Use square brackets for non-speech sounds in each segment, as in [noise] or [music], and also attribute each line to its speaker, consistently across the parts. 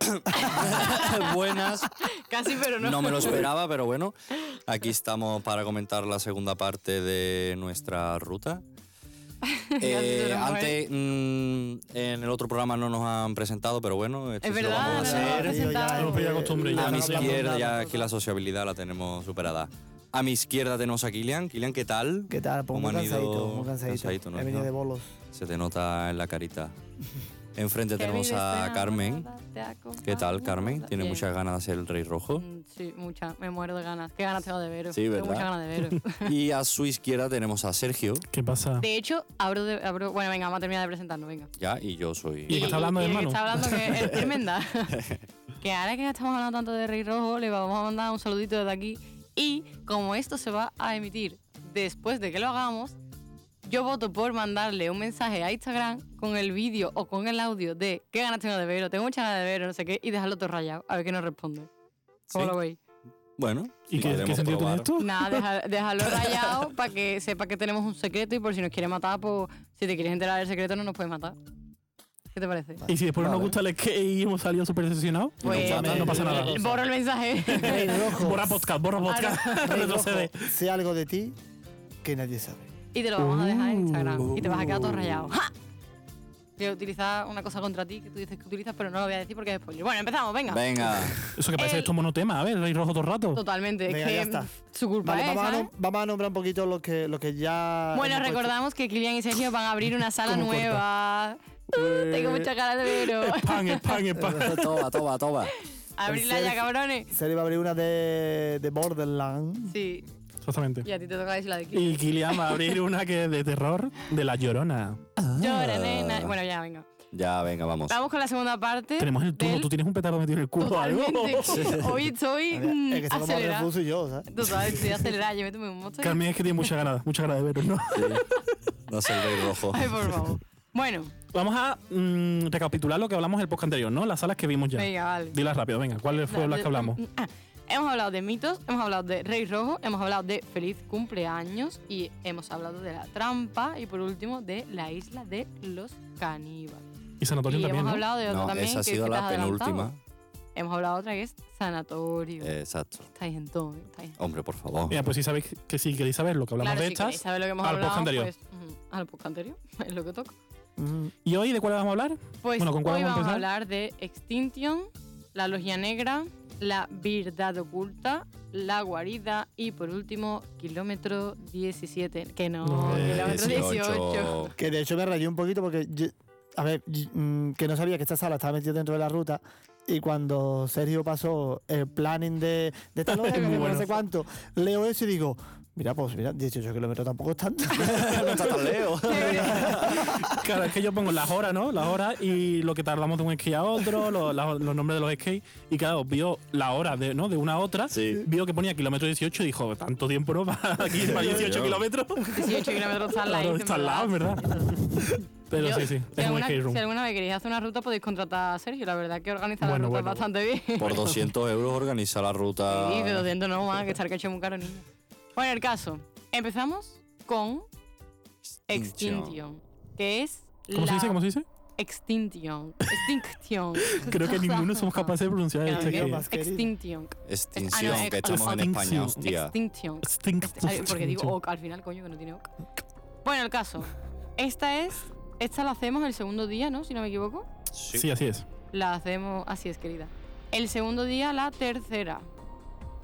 Speaker 1: [coughs] buenas.
Speaker 2: Casi, pero no.
Speaker 1: No me lo esperaba, pero bueno. Aquí estamos para comentar la segunda parte de nuestra
Speaker 2: [laughs]
Speaker 1: ruta. Eh,
Speaker 2: duramos,
Speaker 1: antes, mm, en el otro programa no nos han presentado, pero bueno, esto
Speaker 2: Es
Speaker 1: sí
Speaker 2: verdad,
Speaker 1: lo vamos a
Speaker 2: no nos
Speaker 1: hacer.
Speaker 2: han presentado.
Speaker 3: Ya, hemos pillado costumbre, ya
Speaker 1: A mi
Speaker 3: no hablamos
Speaker 1: izquierda,
Speaker 3: nada.
Speaker 1: ya aquí la sociabilidad la tenemos superada. A mi izquierda tenemos a Kilian. Kilian, ¿qué tal?
Speaker 4: ¿Qué tal? Pues
Speaker 1: ¿Cómo
Speaker 4: muy
Speaker 1: han ido?
Speaker 4: cansadito, muy cansadito.
Speaker 1: ¿no?
Speaker 4: He venido
Speaker 1: ¿No?
Speaker 4: de bolos.
Speaker 1: Se te nota en la
Speaker 4: [laughs]
Speaker 1: carita. Enfrente tenemos a Carmen. ¿Qué tal, Carmen? ¿Tiene
Speaker 2: Bien.
Speaker 1: muchas ganas de ser el Rey
Speaker 2: [laughs]
Speaker 1: Rojo?
Speaker 2: Mm, Sí, mucha. Me muero de ganas. Qué ganas tengo de veros.
Speaker 1: Sí, ¿verdad?
Speaker 2: Tengo muchas ganas de veros.
Speaker 1: Y a su izquierda tenemos a Sergio.
Speaker 3: ¿Qué pasa?
Speaker 2: De hecho, abro, de- abro. Bueno, venga, vamos a terminar de presentarnos, venga.
Speaker 1: Ya, y yo soy.
Speaker 3: Y- que está hablando de
Speaker 2: el que
Speaker 3: Manu.
Speaker 2: está hablando que es tremenda. [laughs] que ahora que ya estamos hablando tanto de Rey Rojo, le vamos a mandar un saludito desde aquí. Y como esto se va a emitir después de que lo hagamos, yo voto por mandarle un mensaje a Instagram con el vídeo o con el audio de qué ganas tengo de verlo, tengo muchas ganas de verlo, no sé qué, y dejarlo todo rayado, a ver qué nos responde. ¿Cómo
Speaker 1: Sí.
Speaker 2: lo veis?
Speaker 1: Bueno,
Speaker 3: ¿Y qué,
Speaker 1: podemos
Speaker 3: qué sentido
Speaker 1: probar.
Speaker 3: tiene esto?
Speaker 2: Nada, deja- dejarlo rayado para que sepa que tenemos un secreto y por si nos quiere matar, pues si te quieres enterar del secreto no nos puedes matar. ¿Qué te parece?
Speaker 3: Y si después no nos gusta el skate y hemos salido súper decepcionados,
Speaker 2: Pues,
Speaker 1: pasa nada,
Speaker 3: no pasa nada.
Speaker 2: Borro el mensaje. [laughs]
Speaker 4: Rey rojo.
Speaker 3: Borra podcast, borra podcast.
Speaker 4: Rey
Speaker 3: Retrocede.
Speaker 4: rojo, sé algo de ti que nadie sabe.
Speaker 2: y te lo vamos a dejar en Instagram. Y te vas a quedar todo
Speaker 4: Uh.
Speaker 2: rayado. ¡Ja! Voy a utilizar una cosa contra ti que tú dices que utilizas, pero no lo voy a decir porque es spoiler. Bueno, empezamos, venga.
Speaker 1: Venga.
Speaker 3: Eso que parece
Speaker 2: El-
Speaker 3: esto monotema, a ver, rey rojo todo el rato.
Speaker 2: Totalmente.
Speaker 4: Venga,
Speaker 2: es que
Speaker 4: ya está.
Speaker 2: su culpa
Speaker 4: Vale,
Speaker 2: es.
Speaker 4: vamos, a
Speaker 2: ¿sabes?
Speaker 4: nom- vamos a nombrar un poquito lo que, lo que ya.
Speaker 2: Bueno,
Speaker 4: hemos puesto.
Speaker 2: recordamos que Kilian y Sergio van a abrir una sala
Speaker 3: ¿Cómo corta?
Speaker 2: nueva. [laughs] Uh, tengo
Speaker 4: Eh.
Speaker 2: mucha cara de vero.
Speaker 4: [laughs]
Speaker 3: Pan,
Speaker 2: [laughs]
Speaker 3: el pan, el pan. [laughs]
Speaker 1: toma, toma, toma.
Speaker 2: Abrirla ya,
Speaker 4: Sergio.
Speaker 2: cabrones.
Speaker 4: Se le iba a abrir una de, de Borderland.
Speaker 2: Sí.
Speaker 3: Exactamente.
Speaker 2: Y a ti te toca decir la de Kilian.
Speaker 3: Y Kilian va a abrir una que es de terror de la llorona. Ah.
Speaker 2: Llora, nena. Bueno, ya, venga.
Speaker 1: Ya, venga, vamos.
Speaker 2: Vamos con la segunda parte.
Speaker 3: Tenemos el turno,
Speaker 2: del-
Speaker 3: tú tienes un petardo metido en el culo o algo.
Speaker 2: Totalmente. Hoy estoy mm,
Speaker 4: el que se lo más
Speaker 2: acelerada.
Speaker 4: refuso y yo, ¿sabes?
Speaker 2: Total,
Speaker 3: [laughs]
Speaker 2: estoy acelerada, yo me tomé un mosto. y-
Speaker 3: Carmen es [laughs] que tiene muchas ganas, muchas ganas de verlo, ¿no?
Speaker 1: No sé el Rey Rojo.
Speaker 2: Ay,
Speaker 1: [laughs]
Speaker 2: por favor. Bueno,
Speaker 3: Vamos a mm, recapitular lo que hablamos en el podcast anterior, ¿no? Las salas que vimos ya.
Speaker 2: venga, vale.
Speaker 3: Dilas rápido, venga. ¿Cuáles fueron las que hablamos?
Speaker 2: Ah, hemos hablado de mitos, hemos hablado de Rey Rojo, hemos hablado de Feliz Cumpleaños y hemos hablado de la trampa y por último de la isla de los caníbales.
Speaker 3: Y
Speaker 2: Y
Speaker 3: sanatorio también,
Speaker 2: hemos
Speaker 3: ¿no?
Speaker 2: hablado de otra
Speaker 1: No,
Speaker 2: también.
Speaker 1: esa ha
Speaker 2: que
Speaker 1: sido
Speaker 2: te
Speaker 1: la
Speaker 2: has adelantado.
Speaker 1: penúltima.
Speaker 2: Hemos hablado de otra que es sanatorio.
Speaker 1: Eh, Exacto.
Speaker 2: Estáis en todo, ¿eh? estáis en todo.
Speaker 1: Hombre, por favor.
Speaker 3: Mira, pues si sabéis que si queréis saber lo que hablamos
Speaker 2: Claro,
Speaker 3: de
Speaker 2: si
Speaker 3: estas,
Speaker 2: queréis saber lo que hemos
Speaker 3: al
Speaker 2: hablado,
Speaker 3: podcast anterior.
Speaker 2: pues, ujú, al podcast anterior, [laughs] es lo que toca.
Speaker 4: Mm,
Speaker 3: ¿Y hoy de cuál vamos a
Speaker 2: [laughs]
Speaker 3: hablar?
Speaker 2: Pues
Speaker 3: bueno, ¿con cuál
Speaker 2: hoy
Speaker 3: vamos a
Speaker 2: vamos a
Speaker 3: empezar?
Speaker 2: hablar de Extinction, la logia negra, la verdad oculta, la guarida y por último, kilómetro 17. Que no,
Speaker 3: No,
Speaker 1: Eh,
Speaker 2: kilómetro 18.
Speaker 1: 18.
Speaker 4: Que de hecho me rayé un poquito porque. yo- a ver, y- mm, que no sabía que esta sala estaba metida dentro de la ruta. Y cuando Sergio pasó el planning de,
Speaker 1: [laughs]
Speaker 4: de esta noche,
Speaker 3: Es muy
Speaker 4: no sé
Speaker 3: bueno.
Speaker 4: cuánto, leo eso y digo, mira, pues mira, 18 kilómetros tampoco es tanto.
Speaker 1: [laughs] No está tan lejos.
Speaker 2: [laughs]
Speaker 3: Claro, es que yo pongo las horas, ¿no? Las horas y lo que tardamos de un skate a otro, lo- la- los, nombres de los skates. Y claro, vio la hora de, ¿no? de una a otra,
Speaker 1: Sí.
Speaker 3: vio que ponía kilómetro 18 y dijo, tanto tiempo no [laughs] para aquí para 18
Speaker 1: Yo.
Speaker 2: [laughs]
Speaker 3: kilómetros. [laughs]
Speaker 2: 18 kilómetros está al
Speaker 3: Claro,
Speaker 2: lado.
Speaker 3: está al lado, ¿verdad? Pero sí, sí,
Speaker 2: Si
Speaker 3: es un
Speaker 2: alguna,
Speaker 3: skate room.
Speaker 2: si alguna vez queréis hacer una ruta, podéis contratar a Sergio. La verdad que organiza la
Speaker 3: Bueno,
Speaker 2: ruta
Speaker 3: bueno,
Speaker 2: bastante bien.
Speaker 1: Por 200 euros organiza la ruta.
Speaker 2: [laughs] Sí, pero 200 no más, que estar cacho es muy caro, niño. Bueno, el caso. Empezamos con Extinction, que es
Speaker 3: ¿Cómo
Speaker 2: la
Speaker 3: se dice? ¿Cómo
Speaker 2: [laughs]
Speaker 3: se dice?
Speaker 2: Extinction. Extinction.
Speaker 3: [laughs] Creo que ninguno somos capaces de pronunciar
Speaker 2: Claro,
Speaker 3: este
Speaker 2: que-
Speaker 4: Qué
Speaker 3: skate.
Speaker 4: más querido.
Speaker 2: Extinction.
Speaker 1: Extinción,
Speaker 2: Ah, no,
Speaker 1: que
Speaker 2: ex-
Speaker 1: estamos en España,
Speaker 3: extinción.
Speaker 1: hostia.
Speaker 2: Extinction.
Speaker 3: Ah.
Speaker 2: Ay, Porque digo ok al final, coño, que no tiene ok. Bueno, el caso. Esta es. Esta la hacemos el segundo día, ¿no? Si no me equivoco.
Speaker 3: Sí, así es.
Speaker 2: La hacemos. Así es, querida. El segundo día, la tercera.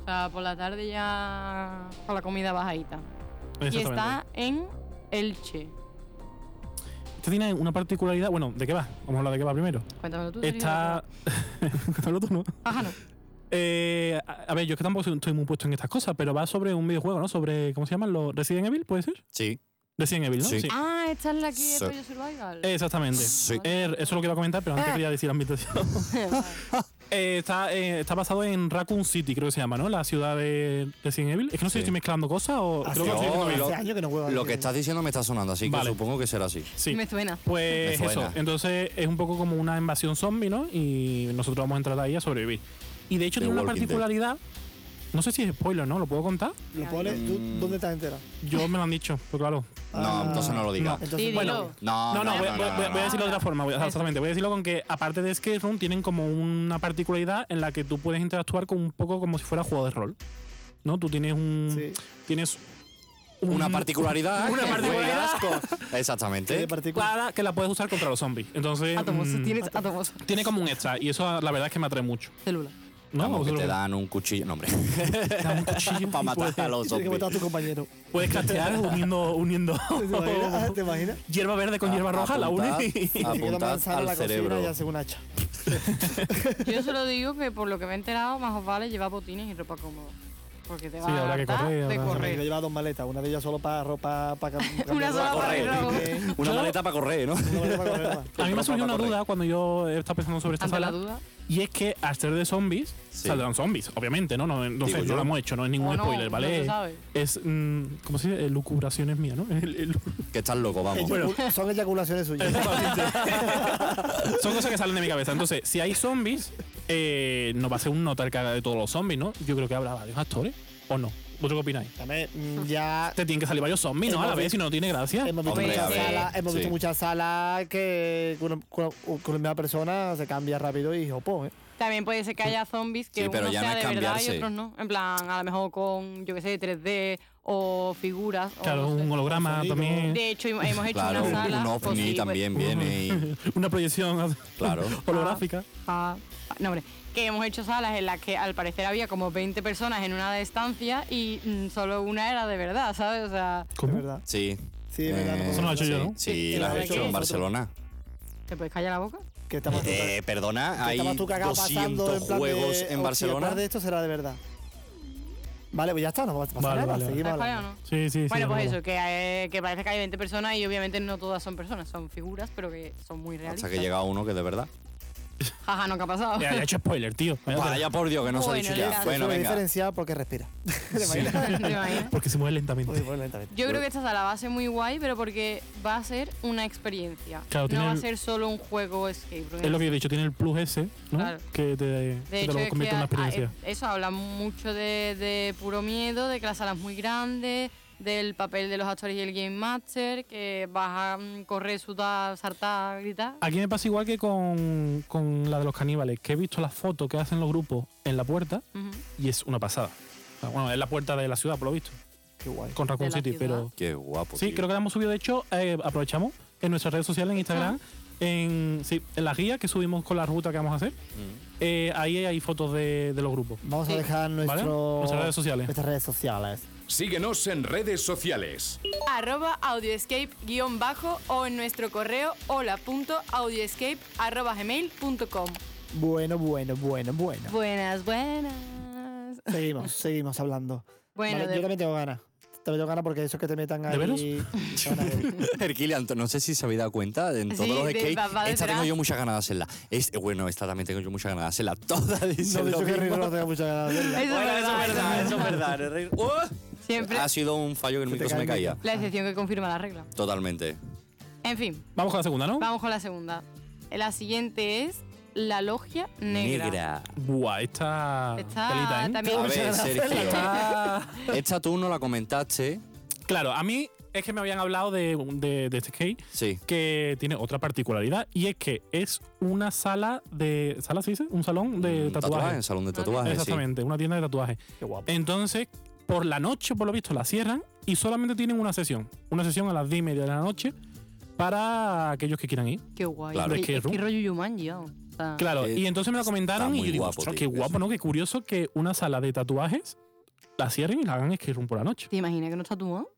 Speaker 2: O sea, por la tarde ya. Con la comida bajadita. Y
Speaker 3: Exactamente.
Speaker 2: está en Elche.
Speaker 3: Este tiene una particularidad. Bueno, ¿de qué va? Vamos a hablar de qué va primero.
Speaker 2: Cuéntamelo tú. Sergio,
Speaker 3: Está. Cuéntalo tú, ¿no?
Speaker 2: que- Ajá, no.
Speaker 3: Eh, a a ver, yo es que tampoco soy- estoy muy puesto en estas cosas, pero va sobre un videojuego, ¿no? Sobre, ¿cómo se llaman? los ¿Resident Evil, puede ser?
Speaker 1: Sí.
Speaker 3: Resident Evil, ¿no?
Speaker 1: Sí.
Speaker 2: Ah, esta es la que es
Speaker 1: So-
Speaker 2: Toyo Survival.
Speaker 3: Exactamente. Er,
Speaker 1: Sí.
Speaker 2: Eh. [laughs]
Speaker 3: Eh, eso lo que iba a comentar, pero antes quería decir la ambientación. [laughs] Eh, está, eh, está basado en Raccoon City, creo que se llama, ¿no? La ciudad de, de Resident Evil. Es que no
Speaker 1: Sí. Ah,
Speaker 3: sé si estoy mezclando cosas o.
Speaker 4: Hace,
Speaker 3: creo que
Speaker 1: no,
Speaker 3: estoy diciendo bien.
Speaker 1: lo-
Speaker 4: hace años que no juego.
Speaker 1: Lo que estás diciendo me está sonando, así que
Speaker 3: Vale.
Speaker 1: supongo que será así.
Speaker 3: Sí.
Speaker 2: Me suena.
Speaker 3: Pues
Speaker 1: Me suena.
Speaker 3: eso, entonces es un poco como una invasión zombie, ¿no? Y nosotros vamos a entrar ahí a sobrevivir. Y de hecho
Speaker 1: The
Speaker 3: tiene una
Speaker 1: Walking Dead.
Speaker 3: particularidad, no sé si es spoiler, ¿no? ¿Lo puedo contar?
Speaker 4: ¿Lo puedo leer? ¿Tú dónde estás entera?
Speaker 3: Yo me lo han dicho, pues claro.
Speaker 1: No, entonces no lo digas.
Speaker 4: Entonces,
Speaker 2: Sí,
Speaker 4: bueno,
Speaker 2: dilo.
Speaker 1: Ah, No,
Speaker 3: No, no, voy, voy- voy-
Speaker 1: no,
Speaker 3: voy a
Speaker 1: no.
Speaker 3: decirlo de otra forma, voy-
Speaker 2: Eso.
Speaker 3: exactamente. Voy a decirlo con que, aparte de Escape Room, tienen como una particularidad en la que tú puedes interactuar con un poco como si fuera juego de rol. ¿No? Tú tienes un.
Speaker 4: Sí.
Speaker 3: Tienes.
Speaker 1: Una
Speaker 3: un-
Speaker 1: particularidad.
Speaker 3: Una
Speaker 1: que
Speaker 3: particularidad.
Speaker 1: juegas con-
Speaker 4: ¿qué
Speaker 1: Exactamente.
Speaker 4: de partícula?
Speaker 3: Clara que la puedes usar contra los zombies. Entonces.
Speaker 2: Átomos,
Speaker 3: mm,
Speaker 2: tienes átomos.
Speaker 3: tiene como un extra. Y eso, la verdad, es que me atrae mucho.
Speaker 2: Célula.
Speaker 3: ¿No?
Speaker 1: Vamos, que
Speaker 3: ¿Vosotros-
Speaker 1: te dan un cuchillo. No, hombre. [laughs]
Speaker 3: [laughs]
Speaker 1: para
Speaker 3: Pues,
Speaker 1: matar a los
Speaker 4: Tienes que matar a
Speaker 1: zombies. [laughs]
Speaker 4: tu compañero.
Speaker 3: Puedes castear uniendo,
Speaker 2: [laughs]
Speaker 3: uniendo
Speaker 4: ¿Te imaginas? ¿Te imaginas?
Speaker 3: [laughs] hierba verde
Speaker 1: Ah,
Speaker 3: con hierba roja, la
Speaker 1: Apuntad- [laughs]
Speaker 3: une y...
Speaker 4: queda
Speaker 1: Apuntad
Speaker 4: manzana en
Speaker 1: al
Speaker 4: la cocina y
Speaker 1: cerebro.
Speaker 4: hace un hacha.
Speaker 2: Yo solo digo que por lo que me he enterado, más os vale llevar botines y ropa cómoda. Porque te va
Speaker 3: Sí,
Speaker 2: a
Speaker 3: habrá que
Speaker 2: adaptar
Speaker 3: correr,
Speaker 2: de
Speaker 3: habrá-
Speaker 4: Yo
Speaker 2: correr.
Speaker 4: llevaba dos maletas, una de ellas solo para ropa, para
Speaker 2: [laughs] Una sola para
Speaker 1: correr.
Speaker 4: Eh,
Speaker 2: correr.
Speaker 1: Una maleta para correr, ¿no?
Speaker 4: [laughs]
Speaker 3: [laughs] A mí me
Speaker 1: Ropa
Speaker 3: surgió una
Speaker 1: para
Speaker 3: duda cuando yo estaba pensando sobre esta
Speaker 2: Ante la
Speaker 3: sala.
Speaker 2: duda.
Speaker 3: Y es que al ser de zombies,
Speaker 1: Sí.
Speaker 3: saldrán zombies, obviamente, ¿no? No,
Speaker 1: Digo
Speaker 3: no, sé, no
Speaker 1: yo.
Speaker 3: lo hemos hecho, no es
Speaker 2: O
Speaker 3: ningún
Speaker 2: no,
Speaker 3: spoiler,
Speaker 2: no
Speaker 3: ¿vale?
Speaker 2: se sabe.
Speaker 3: Es, mm, ¿cómo se dice? Lucubración es mía, ¿no? [laughs] El- el-
Speaker 1: Que estás loco, vamos.
Speaker 4: Son eyaculaciones suyas.
Speaker 3: [laughs] Son cosas que salen de mi cabeza. Entonces, si hay zombies, eh, no va a ser un notar que haga de todos los zombies, ¿no? Yo creo que habrá varios actores, ¿o no. ¿Vosotros qué opináis?
Speaker 4: También, mm, ya
Speaker 3: Te tienen que salir varios zombies, ¿no? A la vez, si no, no tiene gracia.
Speaker 4: hemos visto,
Speaker 1: Hombre,
Speaker 4: muchas,
Speaker 1: a ver,
Speaker 4: salas, hemos visto
Speaker 1: sí.
Speaker 4: muchas salas que con, con- con la misma persona se cambia rápido y jopó, ¿eh?
Speaker 2: También puede ser que haya zombies que
Speaker 1: Sí, pero
Speaker 2: uno
Speaker 1: ya no
Speaker 2: sea
Speaker 1: es
Speaker 2: de verdad y
Speaker 1: cambiarse.
Speaker 2: otros no. En plan, a lo mejor con, yo qué sé, 3D o figuras. o
Speaker 3: Claro,
Speaker 2: no sé.
Speaker 3: un holograma
Speaker 4: Sonido.
Speaker 3: también.
Speaker 2: De hecho, hemos hecho
Speaker 1: Claro,
Speaker 2: una sala. Pues
Speaker 1: un
Speaker 2: por
Speaker 1: ovni
Speaker 2: si-
Speaker 1: también viene y...
Speaker 3: Una proyección
Speaker 1: Claro.
Speaker 3: [laughs] holográfica.
Speaker 2: Ah, ah, no, hombre. Que hemos hecho salas en las que al parecer había como 20 personas en una estancia y mm, solo una era de verdad, ¿sabes? O sea,
Speaker 4: Es
Speaker 3: ¿Cómo?
Speaker 4: verdad.
Speaker 1: Sí.
Speaker 4: Sí, es verdad.
Speaker 1: Eh,
Speaker 4: nosotros-
Speaker 3: Eso no lo he hecho
Speaker 1: sí,
Speaker 3: yo, ¿no?
Speaker 1: Sí,
Speaker 4: Sí,
Speaker 1: la
Speaker 4: lo
Speaker 1: has
Speaker 4: he hecho
Speaker 1: hecho en
Speaker 4: nosotros.
Speaker 1: Barcelona.
Speaker 2: ¿te puedes callar la boca?
Speaker 4: Que estabas tú-
Speaker 1: Eh, perdona, hay
Speaker 4: estabas tú cagado pasando
Speaker 1: 200
Speaker 4: en plan de,
Speaker 1: juegos
Speaker 4: "Hostia,
Speaker 1: en
Speaker 4: par
Speaker 1: Barcelona.
Speaker 4: de esto será de verdad. Vale, pues ya está, no pasa
Speaker 3: Vale,
Speaker 4: nada,
Speaker 3: vale, vale.
Speaker 4: seguimos
Speaker 2: ¿Sabes cuál es o
Speaker 4: hablando.
Speaker 2: no?
Speaker 3: Sí, sí, sí.
Speaker 2: Bueno, pues
Speaker 3: es
Speaker 2: eso, que, eh, que parece que hay 20 personas y obviamente no todas son personas, son figuras, pero que son muy realistas.
Speaker 1: Hasta que llega uno que de verdad.
Speaker 2: Jaja, no, ¿qué ha pasado?
Speaker 3: verdad. Ya, ya he hecho spoiler, tío. Vaya
Speaker 1: Vaya por Dios, que no se ha
Speaker 2: Bueno,
Speaker 1: dicho ya.
Speaker 2: venga.
Speaker 1: Bueno,
Speaker 4: Pero
Speaker 1: venga.
Speaker 4: diferenciado porque respira.
Speaker 2: [laughs]
Speaker 4: [laughs]
Speaker 2: ¿Te imaginas?
Speaker 3: tela. Porque se mueve
Speaker 4: Uy,
Speaker 3: lentamente.
Speaker 4: pues lentamente.
Speaker 2: Yo creo que esta sala va a ser muy guay, pero porque va a ser una experiencia.
Speaker 3: Claro,
Speaker 2: no
Speaker 3: tiene
Speaker 2: va a
Speaker 3: el-
Speaker 2: ser solo un juego escape room.
Speaker 3: Es lo que he dicho, tiene el plus ese, ¿no?
Speaker 2: Claro.
Speaker 3: Que te, que
Speaker 2: De
Speaker 3: te
Speaker 2: hecho,
Speaker 3: lo
Speaker 2: es que
Speaker 3: convierte en una
Speaker 2: a- a-
Speaker 3: experiencia.
Speaker 2: eso habla mucho de, de puro miedo, de que la sala es muy grande, del papel de los actores y el game master, que vas a mm, correr, sudar, saltar, gritar.
Speaker 3: Aquí me pasa igual que con, con la de los caníbales, que he visto las fotos que hacen los grupos en la puerta
Speaker 2: Ujú.
Speaker 3: y es una pasada. O sea, Bueno, es la puerta de la ciudad, por lo visto,
Speaker 4: Qué guay.
Speaker 3: con Raccoon
Speaker 2: De la
Speaker 3: City,
Speaker 2: ciudad.
Speaker 3: pero...
Speaker 1: Qué guapo.
Speaker 3: Sí,
Speaker 1: tío.
Speaker 2: [laughs]
Speaker 3: creo que la hemos subido, de hecho, eh, aprovechamos en nuestras redes sociales, en Instagram, en, sí, en la guía que subimos con la ruta que vamos a hacer,
Speaker 1: Mm.
Speaker 3: eh, ahí hay fotos de, de los grupos.
Speaker 4: Vamos a
Speaker 2: Sí.
Speaker 4: dejar nuestro,
Speaker 3: Nuestras redes sociales.
Speaker 4: Nuestras redes sociales.
Speaker 5: Síguenos en redes sociales.
Speaker 6: arroba audioescape guión bajo o en nuestro correo hola.audioescape arroba gmail.com.
Speaker 4: Bueno, bueno, bueno, bueno.
Speaker 2: Buenas, buenas.
Speaker 4: Seguimos, seguimos hablando.
Speaker 2: Bueno,
Speaker 4: Vale,
Speaker 2: de-
Speaker 4: Yo también tengo ganas. También tengo ganas porque eso que te metan ahí.
Speaker 3: veras? [laughs]
Speaker 4: ganas de-
Speaker 1: Herquile, Anto- no sé si se habéis dado cuenta, en todos
Speaker 2: Sí,
Speaker 1: los
Speaker 2: de-
Speaker 1: skates,
Speaker 2: va- va
Speaker 1: esta
Speaker 2: detrás.
Speaker 1: tengo yo muchas ganas de hacerla. Es- eh, bueno, esta también tengo yo muchas ganas de hacerla. [laughs] Todas
Speaker 4: No,
Speaker 1: dicen
Speaker 4: de
Speaker 1: lo
Speaker 4: hecho que
Speaker 1: mismo.
Speaker 4: Rino no tengo muchas ganas de
Speaker 2: Eso
Speaker 4: verla.
Speaker 2: es verdad, eso es verdad.
Speaker 1: eso es verdad. el reír- ¡Uh!
Speaker 2: Siempre
Speaker 1: Ha sido un fallo que el
Speaker 4: Que te
Speaker 1: micro se me
Speaker 4: cae el
Speaker 1: caía.
Speaker 2: la excepción que confirma la regla.
Speaker 1: Totalmente.
Speaker 2: En fin,
Speaker 3: Vamos con la segunda, ¿no?
Speaker 2: vamos con la segunda. La siguiente es la logia negra.
Speaker 1: Negra.
Speaker 3: Buah, esta
Speaker 2: Está
Speaker 3: telita, ¿eh?
Speaker 2: también
Speaker 1: A ver, Sergio.
Speaker 2: [laughs]
Speaker 3: Está-
Speaker 1: Esta tú no la comentaste.
Speaker 3: Claro, a mí es que me habían hablado de, de, de este skate
Speaker 1: Sí.
Speaker 3: que tiene otra particularidad y es que es una sala de... ¿Sala se dice? Un salón de
Speaker 1: Mm,
Speaker 3: tatuajes.
Speaker 1: salón de tatuajes. sí.
Speaker 3: Exactamente, una tienda de tatuajes.
Speaker 4: Qué guapo.
Speaker 3: Entonces, por la noche, por lo visto, la cierran y solamente tienen una sesión. Una sesión a las 10 y media de la noche para aquellos que quieran ir.
Speaker 2: Qué guay.
Speaker 1: Claro.
Speaker 2: Es que-
Speaker 3: Escape
Speaker 2: es que
Speaker 3: room.
Speaker 2: rollo Yumanji, vamos. O sea,
Speaker 3: Claro,
Speaker 1: Ah, Eh,
Speaker 3: y entonces me lo
Speaker 1: está
Speaker 3: comentaron y
Speaker 1: muy
Speaker 3: yo digo,
Speaker 1: guapo,
Speaker 3: "Ostras,
Speaker 1: tío,
Speaker 3: qué
Speaker 1: eso".
Speaker 3: guapo, ¿no? Qué curioso que una sala de tatuajes la cierren y la hagan skate room por la noche.
Speaker 2: ¿Te imaginas que no está tatuado?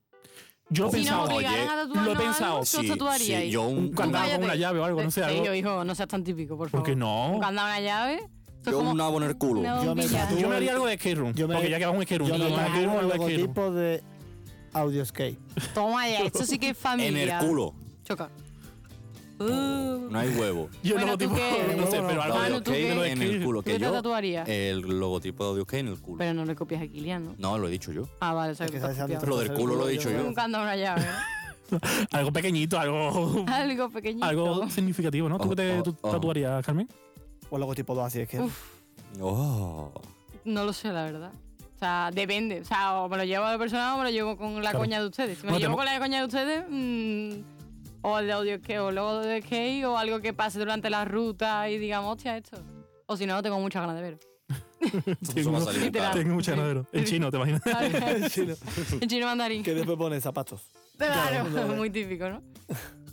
Speaker 3: Yo lo
Speaker 1: Si
Speaker 2: Si nos
Speaker 3: pensaba,
Speaker 1: oye,
Speaker 2: obligaran a tatuarnos
Speaker 3: lo he
Speaker 2: algo,
Speaker 3: pensado.
Speaker 2: ¿os
Speaker 1: Sí,
Speaker 2: tatuaríais?
Speaker 1: sí, yo un,
Speaker 3: un candado con
Speaker 2: cállate.
Speaker 3: una llave o algo, no sé,
Speaker 2: Sí,
Speaker 3: algo.
Speaker 2: hijo, hijo, no seas tan típico, por favor.
Speaker 3: ¿Por qué no?
Speaker 2: Un candado, una llave. Eso es
Speaker 1: yo
Speaker 2: como-
Speaker 1: un nabo en el culo.
Speaker 2: una
Speaker 4: Yo me
Speaker 2: bombilla.
Speaker 4: tatúo-
Speaker 3: Yo me haría algo de skate room,
Speaker 4: Yo me-
Speaker 3: porque ya que hago un skate room,
Speaker 4: Yo
Speaker 3: no,
Speaker 4: me
Speaker 3: no, skate room,
Speaker 4: tatúo el
Speaker 3: algo de skate room.
Speaker 4: logotipo de Audio Skate.
Speaker 3: [laughs]
Speaker 2: Toma ya, esto sí que es
Speaker 1: En
Speaker 2: familia.
Speaker 1: el culo.
Speaker 2: Choca. Uh,
Speaker 1: No hay huevo.
Speaker 3: Yo
Speaker 2: Bueno,
Speaker 3: no
Speaker 2: ¿tú
Speaker 3: tipo,
Speaker 2: qué?
Speaker 3: no sé, pero
Speaker 1: La
Speaker 2: Manu,
Speaker 3: Álvaro,
Speaker 2: ¿tú
Speaker 1: Audio
Speaker 2: qué?
Speaker 3: me lo
Speaker 1: en el
Speaker 3: describes.
Speaker 1: culo.
Speaker 2: ¿Tú
Speaker 1: Que
Speaker 2: te
Speaker 1: yo,
Speaker 2: tatuarías?
Speaker 1: el logotipo de Audio en el culo.
Speaker 2: Pero no le copias a Kilian, ¿no?
Speaker 1: No, lo he dicho yo.
Speaker 2: Ah, vale, o sea,
Speaker 4: Es
Speaker 2: que
Speaker 4: que
Speaker 2: te has
Speaker 4: sabes antes
Speaker 2: copiado.
Speaker 4: de
Speaker 1: Lo del
Speaker 4: hacer
Speaker 1: culo lo he dicho yo.
Speaker 2: Nunca anda una [laughs] llave. ¿no?
Speaker 3: Algo pequeñito,
Speaker 2: [laughs]
Speaker 3: algo.
Speaker 2: Algo pequeñito.
Speaker 3: Algo significativo, ¿no? ¿Tú
Speaker 1: Oh,
Speaker 3: qué te
Speaker 1: oh,
Speaker 3: tú
Speaker 1: oh.
Speaker 3: tatuarías, Carmen?
Speaker 4: O luego tipo 2 así, es que...
Speaker 2: Uf,
Speaker 1: Oh.
Speaker 2: no lo sé, la verdad. O sea, depende. O sea, o me lo llevo a la persona o me lo llevo con la
Speaker 3: Claro.
Speaker 2: coña de ustedes. Si me
Speaker 3: Bueno,
Speaker 2: lo llevo
Speaker 3: tenemos-
Speaker 2: con la coña de ustedes, mm, o el de audio que, o luego de skate, o algo que pase durante la ruta y digamos, hostia, esto. O si no, tengo muchas ganas de
Speaker 3: [laughs]
Speaker 2: ver.
Speaker 1: Eso va a salir
Speaker 2: Literal.
Speaker 1: caro.
Speaker 3: Tengo mucha ganas de verlo. En chino, ¿te imaginas?
Speaker 4: Chino,
Speaker 2: En [laughs] chino mandarín.
Speaker 4: que después pone zapatos.
Speaker 2: [laughs] Claro,
Speaker 4: Claro.
Speaker 2: muy típico,
Speaker 3: [laughs]
Speaker 2: ¿no?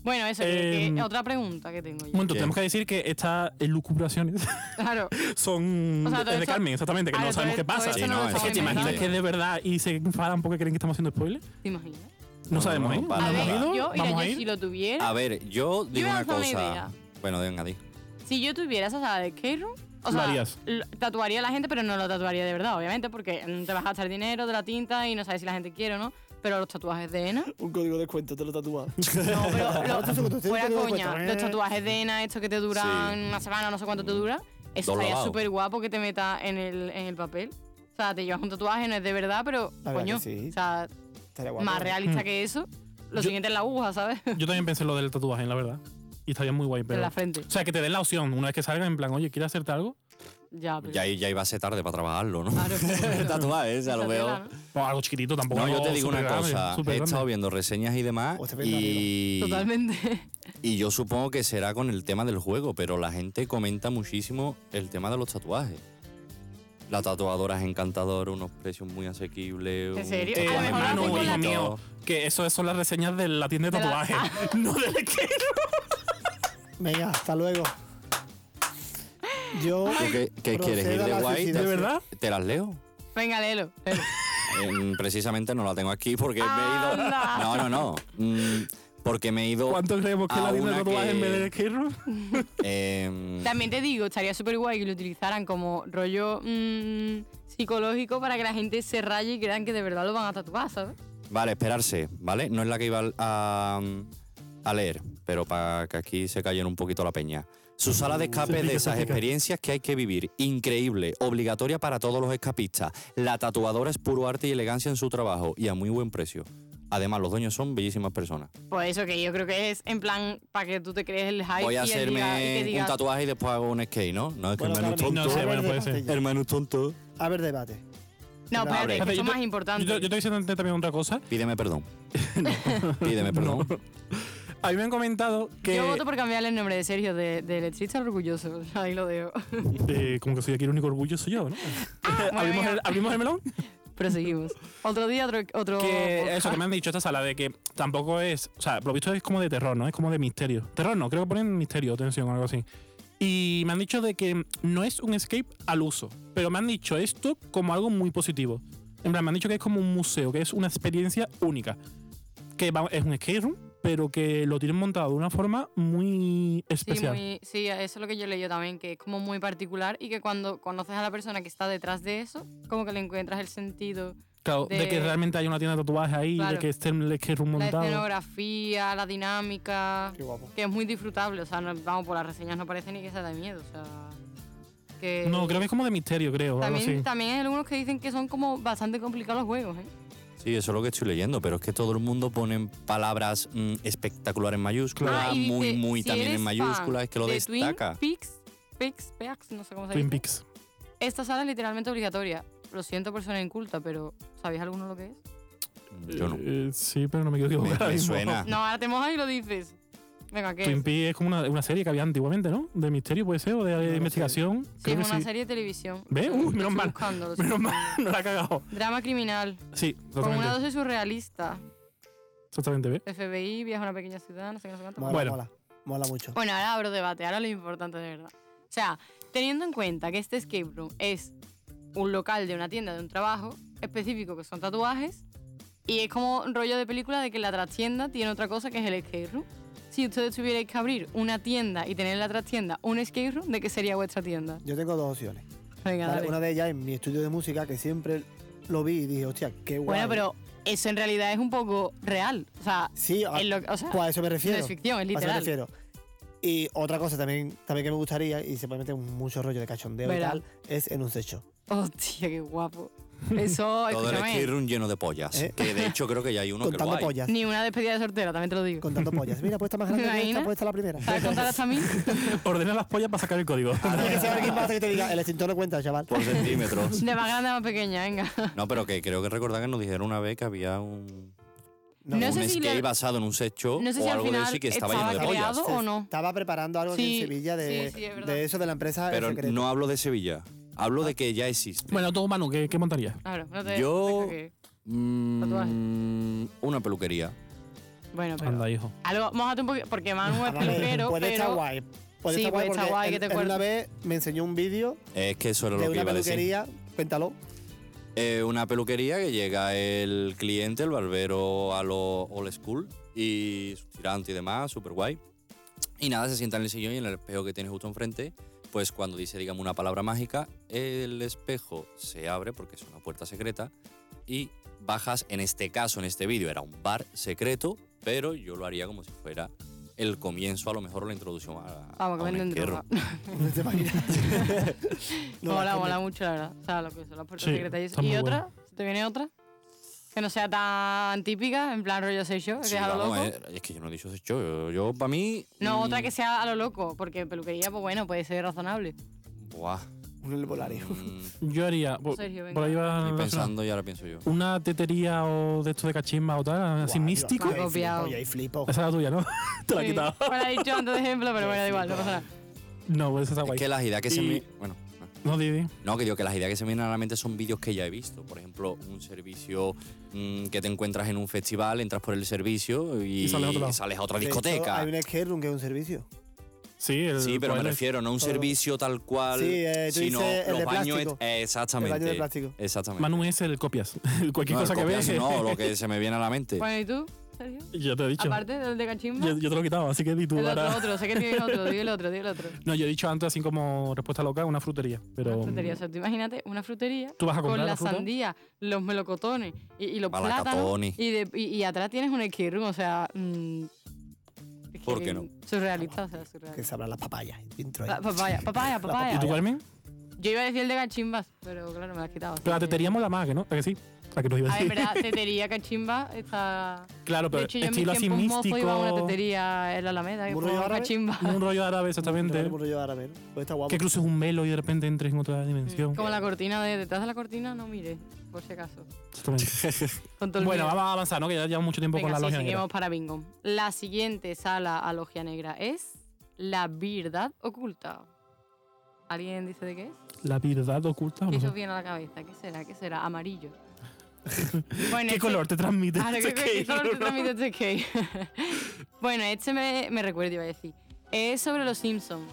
Speaker 2: Bueno, eso, que-
Speaker 3: Em,
Speaker 2: que- otra pregunta que tengo yo.
Speaker 3: [laughs] Bueno,
Speaker 1: ¿Qué?
Speaker 3: tenemos que decir que estas elucubraciones [laughs]
Speaker 2: Claro,
Speaker 3: son
Speaker 2: O sea, todo
Speaker 3: de
Speaker 2: esto-
Speaker 3: Carmen, exactamente, que
Speaker 2: Ah,
Speaker 3: no
Speaker 2: todo
Speaker 3: sabemos
Speaker 2: esto-
Speaker 3: qué pasa.
Speaker 2: todo
Speaker 1: Sí,
Speaker 2: esto
Speaker 1: no,
Speaker 2: no, lo
Speaker 1: eso
Speaker 3: ¿Es
Speaker 2: estaba
Speaker 3: que te imaginas
Speaker 2: inventando.
Speaker 3: que de verdad y se enfadan porque creen que estamos haciendo spoiler?
Speaker 2: ¿Te imaginas?
Speaker 3: No,
Speaker 1: No,
Speaker 3: sabemos,
Speaker 1: no,
Speaker 3: ¿eh?
Speaker 1: no, para
Speaker 2: a
Speaker 3: ¿Vamos
Speaker 2: ver,
Speaker 1: nada.
Speaker 3: a ir?
Speaker 2: yo, mira,
Speaker 3: ¿Vamos a
Speaker 2: yo
Speaker 3: ir?
Speaker 2: si lo tuviera,
Speaker 1: A ver, yo digo
Speaker 2: voy a
Speaker 1: una
Speaker 2: lanzar una
Speaker 1: cosa.
Speaker 2: idea.
Speaker 1: bueno, venga, di.
Speaker 2: si yo tuviera esa sala de skate room, o
Speaker 3: Lo
Speaker 2: sea,
Speaker 3: harías.
Speaker 2: lo- tatuaría a la gente, pero no lo tatuaría de verdad, obviamente, porque mm, te vas a gastar dinero de la tinta y no sabes si la gente quiere o no. Pero los tatuajes de Ena,
Speaker 4: Un código de descuento, te lo tatúas. Ah,
Speaker 2: no,
Speaker 4: [laughs]
Speaker 2: pero
Speaker 4: Ahora te
Speaker 2: los,
Speaker 4: suelto, te
Speaker 2: fuera
Speaker 4: doy
Speaker 2: coña,
Speaker 4: cuenta.
Speaker 2: los tatuajes de Ena, estos que te duran
Speaker 1: Sí.
Speaker 2: una semana, no sé cuánto te dura, eso
Speaker 1: Dos
Speaker 2: estaría
Speaker 1: lavados.
Speaker 2: súper guapo que te meta en el, en el papel. O sea, te llevas un tatuaje, no es de verdad, pero
Speaker 4: La verdad
Speaker 2: coño,
Speaker 4: que sí.
Speaker 2: o sea,
Speaker 4: Estaría guapo.
Speaker 2: más realista que eso, lo
Speaker 3: Yo-
Speaker 2: siguiente es la aguja, ¿sabes? [laughs]
Speaker 3: Yo también pensé lo del tatuaje, la verdad. Y estaría muy guay, pero.
Speaker 2: en la frente.
Speaker 3: O sea, que te den la opción una vez que salgas, en plan, oye, ¿quieres hacerte algo?
Speaker 2: Ya, pero-
Speaker 1: Ya, i- ya iba a ser tarde para trabajarlo, ¿no?
Speaker 2: Claro.
Speaker 1: [laughs] Tatuajes, ya lo veo.
Speaker 2: Tatuela, ¿no?
Speaker 3: O algo chiquitito tampoco.
Speaker 1: No, yo
Speaker 3: algo
Speaker 1: te digo una
Speaker 3: supergrande,
Speaker 1: cosa. He
Speaker 3: supergrande.
Speaker 1: estado viendo reseñas y demás.
Speaker 4: O se ve
Speaker 1: Y,
Speaker 2: Totalmente.
Speaker 1: y yo supongo que será con el tema del juego, pero la gente comenta muchísimo el tema de los tatuajes. La tatuadora es encantadora, unos precios muy asequibles.
Speaker 2: ¿En
Speaker 1: un
Speaker 2: serio?
Speaker 3: Eh,
Speaker 2: A lo
Speaker 1: tatuaje
Speaker 2: mejor
Speaker 3: hermano,
Speaker 2: hacen con
Speaker 3: hijo
Speaker 2: la-
Speaker 3: mío, que eso son las reseñas de la tienda de
Speaker 2: De la- Ah.
Speaker 3: tatuajes, [laughs] no del skate.
Speaker 4: Venga, hasta luego. Yo...
Speaker 1: ¿Tú qué, qué
Speaker 4: Proceda
Speaker 1: quieres? ¿Ir
Speaker 4: la
Speaker 1: de guay?
Speaker 4: suicidación.
Speaker 3: ¿De verdad?
Speaker 1: ¿Te las leo?
Speaker 2: Venga, léelo.
Speaker 1: [laughs]
Speaker 2: léelo.
Speaker 1: Em, precisamente no la tengo aquí porque me he ido.
Speaker 2: Anda.
Speaker 1: No, no, no. Mm, porque me he ido.
Speaker 3: ¿Cuánto creemos que
Speaker 1: a
Speaker 3: la tienda de
Speaker 1: una
Speaker 3: tatuajes en
Speaker 1: que-
Speaker 3: vez del skate room?
Speaker 1: em,
Speaker 2: También te digo, estaría súper guay que lo utilizaran como rollo mm, psicológico para que la gente se raye y crean que de verdad lo van a tatuar, ¿sabes?
Speaker 1: Vale, esperarse, ¿vale? No es la que iba al- a, a leer, pero para que aquí se callen un poquito la peña. Su sala de escape es de esas experiencias que hay que vivir. Increíble, obligatoria para todos los escapistas. La tatuadora es puro arte y elegancia en su trabajo y a muy buen precio. Además, los dueños son bellísimas personas.
Speaker 2: Pues eso que yo creo que es en plan para que tú te crees el hype
Speaker 1: Voy a
Speaker 2: y él diga- y
Speaker 1: hacerme
Speaker 2: te diga,
Speaker 1: un tatuaje y después hago un skate, ¿no? No, es que
Speaker 4: Bueno,
Speaker 1: hermano
Speaker 4: Carmen,
Speaker 3: no
Speaker 1: tonto.
Speaker 3: sé,
Speaker 4: a
Speaker 3: bueno,
Speaker 4: ver,
Speaker 3: puede ser.
Speaker 4: debate ya.
Speaker 1: Hermano tonto.
Speaker 4: A ver, debate.
Speaker 2: No,
Speaker 4: Abre.
Speaker 2: espérate, que
Speaker 3: Espérate,
Speaker 2: eso es
Speaker 3: yo
Speaker 2: más
Speaker 3: te-
Speaker 2: importante.
Speaker 3: Yo, yo te estoy diciendo también otra cosa.
Speaker 1: Pídeme perdón. Pídeme perdón.
Speaker 3: A mí me han comentado que.
Speaker 2: Yo voto por cambiarle el nombre de Sergio de, de letrista al orgulloso. [laughs] Ahí
Speaker 1: [laughs]
Speaker 2: lo dejo.
Speaker 3: Eh, como que soy aquí el único orgullo, soy yo, ¿no?
Speaker 2: Ah,
Speaker 3: [laughs] ¿Abrimos,
Speaker 2: venga.
Speaker 3: el, abrimos el melón.
Speaker 2: Proseguimos. Otro día, otro. otro
Speaker 3: Que eso
Speaker 2: podcast.
Speaker 3: que me han dicho esta sala de que tampoco es. O sea, por lo visto es como de terror, ¿no? Es como de misterio. Terror no, creo que ponen misterio, tensión o algo así. Y me han dicho de que no es un escape al uso, pero me han dicho esto como algo muy positivo. En plan, me han dicho que es como un museo, que es una experiencia única. Que va- es un escape room, pero que lo tienen montado de una forma muy
Speaker 2: Sí,
Speaker 3: especial.
Speaker 2: muy- sí, eso es lo que yo leí también, que es como muy particular y que cuando conoces a la persona que está detrás de eso, como que le encuentras el sentido,
Speaker 3: claro, de,
Speaker 2: de-
Speaker 3: que realmente hay una tienda de tatuajes ahí,
Speaker 2: Claro.
Speaker 3: de que esté el escape room
Speaker 2: la
Speaker 3: montado.
Speaker 2: escenografía, la dinámica,
Speaker 4: Qué guapo.
Speaker 2: que es muy disfrutable. O sea, no- vamos, por las reseñas no parece ni que sea de miedo. O sea, que
Speaker 3: No, creo que es como de misterio, creo. algo
Speaker 2: también,
Speaker 3: así.
Speaker 2: también hay algunos que dicen que son como bastante complicados los juegos, ¿eh?
Speaker 1: Sí, eso es lo que estoy leyendo, pero es que todo el mundo pone palabras mm, espectacular en mayúscula,
Speaker 2: Ah, y dice,
Speaker 1: muy, muy
Speaker 2: si
Speaker 1: también
Speaker 2: eres
Speaker 1: en
Speaker 2: fan
Speaker 1: mayúscula, es que lo
Speaker 2: de
Speaker 1: destaca.
Speaker 2: Twin Peaks, Peaks, Peaks, no sé cómo se
Speaker 3: Twin
Speaker 2: dice.
Speaker 3: Peaks.
Speaker 2: Esta sala es literalmente obligatoria. Lo siento, persona inculta, pero ¿sabéis alguno lo que es?
Speaker 1: Yo no.
Speaker 3: Eh, sí, pero no me quiero
Speaker 1: Me,
Speaker 3: equivocar. ahora
Speaker 1: me
Speaker 3: mismo.
Speaker 1: suena.
Speaker 2: No, ahora te mojas y lo dices. Venga, ¿qué?
Speaker 3: [laughs] Twin
Speaker 2: es?
Speaker 3: Peaks es como una, una serie que había antiguamente, ¿no? De misterio, puede ser, o de, de
Speaker 4: sé.
Speaker 3: investigación.
Speaker 2: Sí, es
Speaker 3: Creo que
Speaker 2: una
Speaker 3: sí.
Speaker 2: serie de televisión.
Speaker 3: ¿Ve?
Speaker 2: Lo
Speaker 3: Uh,
Speaker 2: estoy
Speaker 3: menos mal.
Speaker 2: buscando, lo estoy
Speaker 3: [laughs] Menos mal,
Speaker 2: buscando.
Speaker 3: no la ha cagado.
Speaker 2: Drama criminal.
Speaker 3: Sí,
Speaker 2: Con una
Speaker 3: totalmente.
Speaker 2: dosis surrealista.
Speaker 3: Totalmente, ¿ve?
Speaker 2: FBI, viaja a una pequeña ciudad, no sé qué, no sé cuánto.
Speaker 4: Mola,
Speaker 3: Bueno.
Speaker 4: mola. Mola mucho.
Speaker 2: Bueno, ahora abro debate, ahora lo importante de verdad. O sea, teniendo en cuenta que este escape room es un local de una tienda, de un trabajo específico que son tatuajes, y es como un rollo de película de que la trastienda tiene otra cosa que es el escape room. Si ustedes tuvierais que abrir una tienda y tener en la trastienda un escape room, ¿de qué sería vuestra tienda?
Speaker 4: Yo tengo dos opciones.
Speaker 2: Venga,
Speaker 4: Vale,
Speaker 2: dale.
Speaker 4: Una de ellas es mi estudio de música, que siempre lo vi y dije, hostia, qué guay.
Speaker 2: Bueno, pero eso en realidad es un poco real. O sea,
Speaker 4: Sí, a-
Speaker 2: es lo- o sea,
Speaker 4: pues a eso me
Speaker 2: no
Speaker 4: refiero.
Speaker 2: es ficción, es
Speaker 4: A eso me
Speaker 2: literal.
Speaker 4: refiero. Y otra cosa también, también que me gustaría, y se puede meter mucho rollo de cachondeo
Speaker 2: Verá.
Speaker 4: y tal, es en un sexo.
Speaker 2: Hostia, qué guapo. Eso,
Speaker 1: Todo el skate
Speaker 2: escúchame.
Speaker 1: room lleno de pollas.
Speaker 4: Eh.
Speaker 1: Que de hecho creo que ya hay uno que lo
Speaker 4: Contando
Speaker 1: hay.
Speaker 4: pollas.
Speaker 2: Ni una despedida de soltera, también te lo digo.
Speaker 4: Contando pollas. Mira,
Speaker 2: [laughs]
Speaker 4: puesta más grande que
Speaker 2: Imagina.
Speaker 4: esta, puesta la primera. [laughs]
Speaker 2: ¿Sabes contar hasta mil?
Speaker 3: Ordena las pollas para sacar
Speaker 2: [laughs]
Speaker 3: el código.
Speaker 4: Tiene que ser alguien más que te diga, el extintor no cuenta, chaval.
Speaker 1: Por centímetros.
Speaker 2: De más grande a más pequeña, venga.
Speaker 1: No, pero que creo que recordar que nos dijeron una vez que había un,
Speaker 4: No,
Speaker 2: No
Speaker 1: un
Speaker 2: sé si
Speaker 1: skate
Speaker 2: le-
Speaker 1: basado en un sexo
Speaker 2: no sé
Speaker 1: o
Speaker 2: si al
Speaker 1: algo de
Speaker 2: final
Speaker 1: eso y que estaba,
Speaker 2: estaba
Speaker 1: lleno de
Speaker 2: creado.
Speaker 1: pollas.
Speaker 2: ¿Creado o no?
Speaker 4: Estaba preparando algo aquí
Speaker 2: Sí,
Speaker 4: en Sevilla de,
Speaker 6: sí, sí, es verdad.
Speaker 4: de eso, de la empresa. El
Speaker 1: Pero
Speaker 4: Secreto.
Speaker 1: no hablo de Sevilla. Hablo de que ya existe.
Speaker 3: [laughs] Bueno, tú, Manu, ¿qué, qué montarías?
Speaker 2: Claro, no te
Speaker 1: Yo-
Speaker 2: no te cagues.
Speaker 1: Mm, una peluquería.
Speaker 2: Bueno, pero.
Speaker 3: Anda, hijo.
Speaker 2: Algo, mójate un poquito, porque Manu es
Speaker 4: Ah, vale,
Speaker 2: peluquero,
Speaker 4: puede estar
Speaker 2: Pues pero-
Speaker 4: guay. Puede
Speaker 2: Sí,
Speaker 4: estar
Speaker 2: puede
Speaker 4: guay
Speaker 2: estar
Speaker 4: porque
Speaker 2: guay,
Speaker 4: él-
Speaker 2: que te
Speaker 4: él
Speaker 2: acuerdas.
Speaker 4: una vez me enseñó un vídeo
Speaker 1: Es que eso era lo
Speaker 4: de
Speaker 1: que
Speaker 4: una
Speaker 1: iba a decir.
Speaker 4: peluquería, cuéntalo.
Speaker 1: Eh, una peluquería que llega el cliente, el barbero a lo old school y su tirante y demás, súper guay. Y nada, se sienta en el sillón y en el espejo que tiene justo enfrente, pues cuando dice, digamos, una palabra mágica, el espejo se abre porque es una puerta secreta y bajas, en este caso, en este vídeo, era un bar secreto, pero yo lo haría como si fuera el comienzo, a lo mejor la introducción a,
Speaker 2: Vamos,
Speaker 1: a
Speaker 2: que
Speaker 1: un
Speaker 2: venden
Speaker 1: entierro.
Speaker 2: droga. [laughs]
Speaker 4: No [laughs] te imaginas. No,
Speaker 2: mola,
Speaker 4: la
Speaker 2: mola mucho, la verdad. O sea, lo que son las puertas
Speaker 3: Sí,
Speaker 2: secretas y eso.
Speaker 3: está muy
Speaker 2: ¿Y otra? ¿Se te viene otra? Que no sea tan típica, en plan rollo sé yo,
Speaker 1: Sí,
Speaker 2: que es a lo
Speaker 1: vamos,
Speaker 2: loco.
Speaker 1: eh, es que yo no he dicho eso, yo, yo para mí...
Speaker 2: No,
Speaker 1: mm,
Speaker 2: otra que sea a lo loco, porque peluquería, pues bueno, puede ser razonable.
Speaker 1: Buah.
Speaker 4: Un herbolario.
Speaker 1: mm,
Speaker 3: Yo haría. Por,
Speaker 2: Sergio, venga.
Speaker 3: por ahí
Speaker 4: Ah,
Speaker 3: va.
Speaker 1: Y
Speaker 3: la-
Speaker 1: pensando y ahora pienso yo.
Speaker 3: Una tetería o de esto de cachimba o tal, así
Speaker 4: Guau,
Speaker 3: místico.
Speaker 4: yo ahí
Speaker 2: Copiado.
Speaker 4: flipo, yo ahí flipo.
Speaker 3: Esa es la tuya, ¿no? [laughs] Te la he
Speaker 2: Sí.
Speaker 3: quitado.
Speaker 2: Me la he dicho antes de ejemplo, pero bueno, da igual, no pasa nada.
Speaker 3: No, pues esa está
Speaker 1: Es
Speaker 3: guay.
Speaker 1: que las ideas que se
Speaker 3: Y-
Speaker 1: me. Bueno. ah.
Speaker 3: No, Didi.
Speaker 1: No, que digo que las ideas que se me vienen a la mente son vídeos que ya he visto. Por ejemplo, un servicio mm, que te encuentras en un festival, entras por el servicio y,
Speaker 3: Y sales a otro lado.
Speaker 1: sales a otra
Speaker 4: De hecho,
Speaker 1: discoteca.
Speaker 4: Hay un skate room que es un servicio.
Speaker 3: Sí, el-
Speaker 1: Sí, pero me
Speaker 3: bueno,
Speaker 1: refiero, no a un
Speaker 4: Todo.
Speaker 1: servicio tal cual,
Speaker 4: Sí, eh, tú
Speaker 1: sino
Speaker 4: dices el
Speaker 1: los
Speaker 4: de
Speaker 1: baños.
Speaker 4: plástico.
Speaker 1: eh, exactamente.
Speaker 4: El baño de plástico.
Speaker 1: Exactamente.
Speaker 3: Manu es el copias. [laughs] Cualquier
Speaker 1: No, el
Speaker 3: cosa que
Speaker 1: copia,
Speaker 3: veas.
Speaker 1: sino
Speaker 3: [laughs]
Speaker 1: lo que se me viene a la mente.
Speaker 4: Pues,
Speaker 2: Bueno, ¿y tú, Sergio?
Speaker 3: Yo te he dicho.
Speaker 2: Aparte del de cachimba,
Speaker 3: yo,
Speaker 2: el
Speaker 3: yo te lo he quitado, así que di tú
Speaker 2: otro,
Speaker 3: ahora.
Speaker 2: otro, sé que tiene
Speaker 3: [laughs]
Speaker 2: otro, di el otro, di el otro.
Speaker 3: No, yo he dicho antes, así como respuesta loca, una frutería. Pero.
Speaker 2: Una frutería, o sea, tú imagínate una frutería
Speaker 3: ¿Tú vas a
Speaker 2: con
Speaker 3: comprar
Speaker 2: la
Speaker 3: la fruta?
Speaker 2: sandía, los melocotones y, y los plátanos.
Speaker 1: Malacatones.
Speaker 2: Y, de- y, y atrás tienes un skate room, o sea. mm, es que
Speaker 1: ¿Por qué no?
Speaker 2: Surrealista, o sea,
Speaker 4: Que
Speaker 2: surrealista.
Speaker 4: sabrán las papayas. Intro ahí.
Speaker 2: Pa- Papaya,
Speaker 1: [laughs]
Speaker 2: papaya,
Speaker 3: ¿Y
Speaker 2: papaya.
Speaker 3: tú, Carmen?
Speaker 2: Yo iba a decir el de cachimbas, pero claro, me lo has quitado.
Speaker 3: Pero la
Speaker 2: así que-
Speaker 3: tetería mola más, ¿que no? ¿A que sí? ¿A que nos iba a [laughs]
Speaker 2: Ah, en
Speaker 3: decir?
Speaker 2: verdad, tetería, cachimba, está...
Speaker 3: [laughs] Claro,
Speaker 2: De
Speaker 3: pero
Speaker 2: hecho, yo en mis
Speaker 3: estilo así
Speaker 2: tiempos mozo iba a una
Speaker 3: místico.
Speaker 2: tetería en la Alameda, que
Speaker 4: ¿Burro
Speaker 2: fue
Speaker 4: árabe?
Speaker 2: cachimba.
Speaker 3: [laughs] Un rollo árabe,
Speaker 4: Vale,
Speaker 3: exactamente.
Speaker 4: por yo ahora, a ver. Pues está guapo.
Speaker 3: Que cruces un velo y de repente entres en otra dimensión.
Speaker 2: Como la cortina de detrás de la cortina, no mire, por si acaso.
Speaker 3: Exactamente.
Speaker 2: Con [laughs] todo el
Speaker 3: Bueno,
Speaker 2: miedo.
Speaker 3: vamos a avanzar, ¿no? Que ya llevamos mucho tiempo
Speaker 2: Venga,
Speaker 3: con la
Speaker 2: sí,
Speaker 3: logia negra.
Speaker 2: seguimos para bingo. La siguiente sala a logia negra es la verdad oculta. ¿Alguien dice de qué es?
Speaker 3: La verdad
Speaker 2: ¿Qué
Speaker 3: oculta. no sé.
Speaker 2: se os viene a la cabeza? ¿Qué será? ¿Qué será?
Speaker 3: [laughs]
Speaker 2: Amarillo. bueno,
Speaker 3: ¿Qué
Speaker 2: este-
Speaker 3: color te transmite?
Speaker 2: Claro,
Speaker 3: este
Speaker 2: ¿qué- qué- qué
Speaker 3: cake,
Speaker 2: color te
Speaker 3: no?
Speaker 2: transmite este cake? [laughs] bueno, este me, me recuerda, iba a decir. Es sobre los Simpsons.